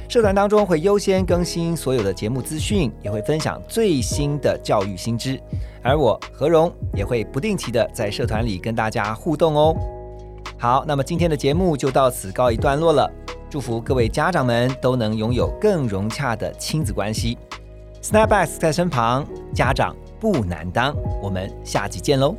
Speaker 1: 社团当中会优先更新所有的节目资讯，也会分享最新的教育新知。而我何荣也会不定期的在社团里跟大家互动哦。好，那么今天的节目就到此告一段落了。祝福各位家长们都能拥有更融洽的亲子关系。Snapbacks 在身旁，家长不难当。我们下集见喽。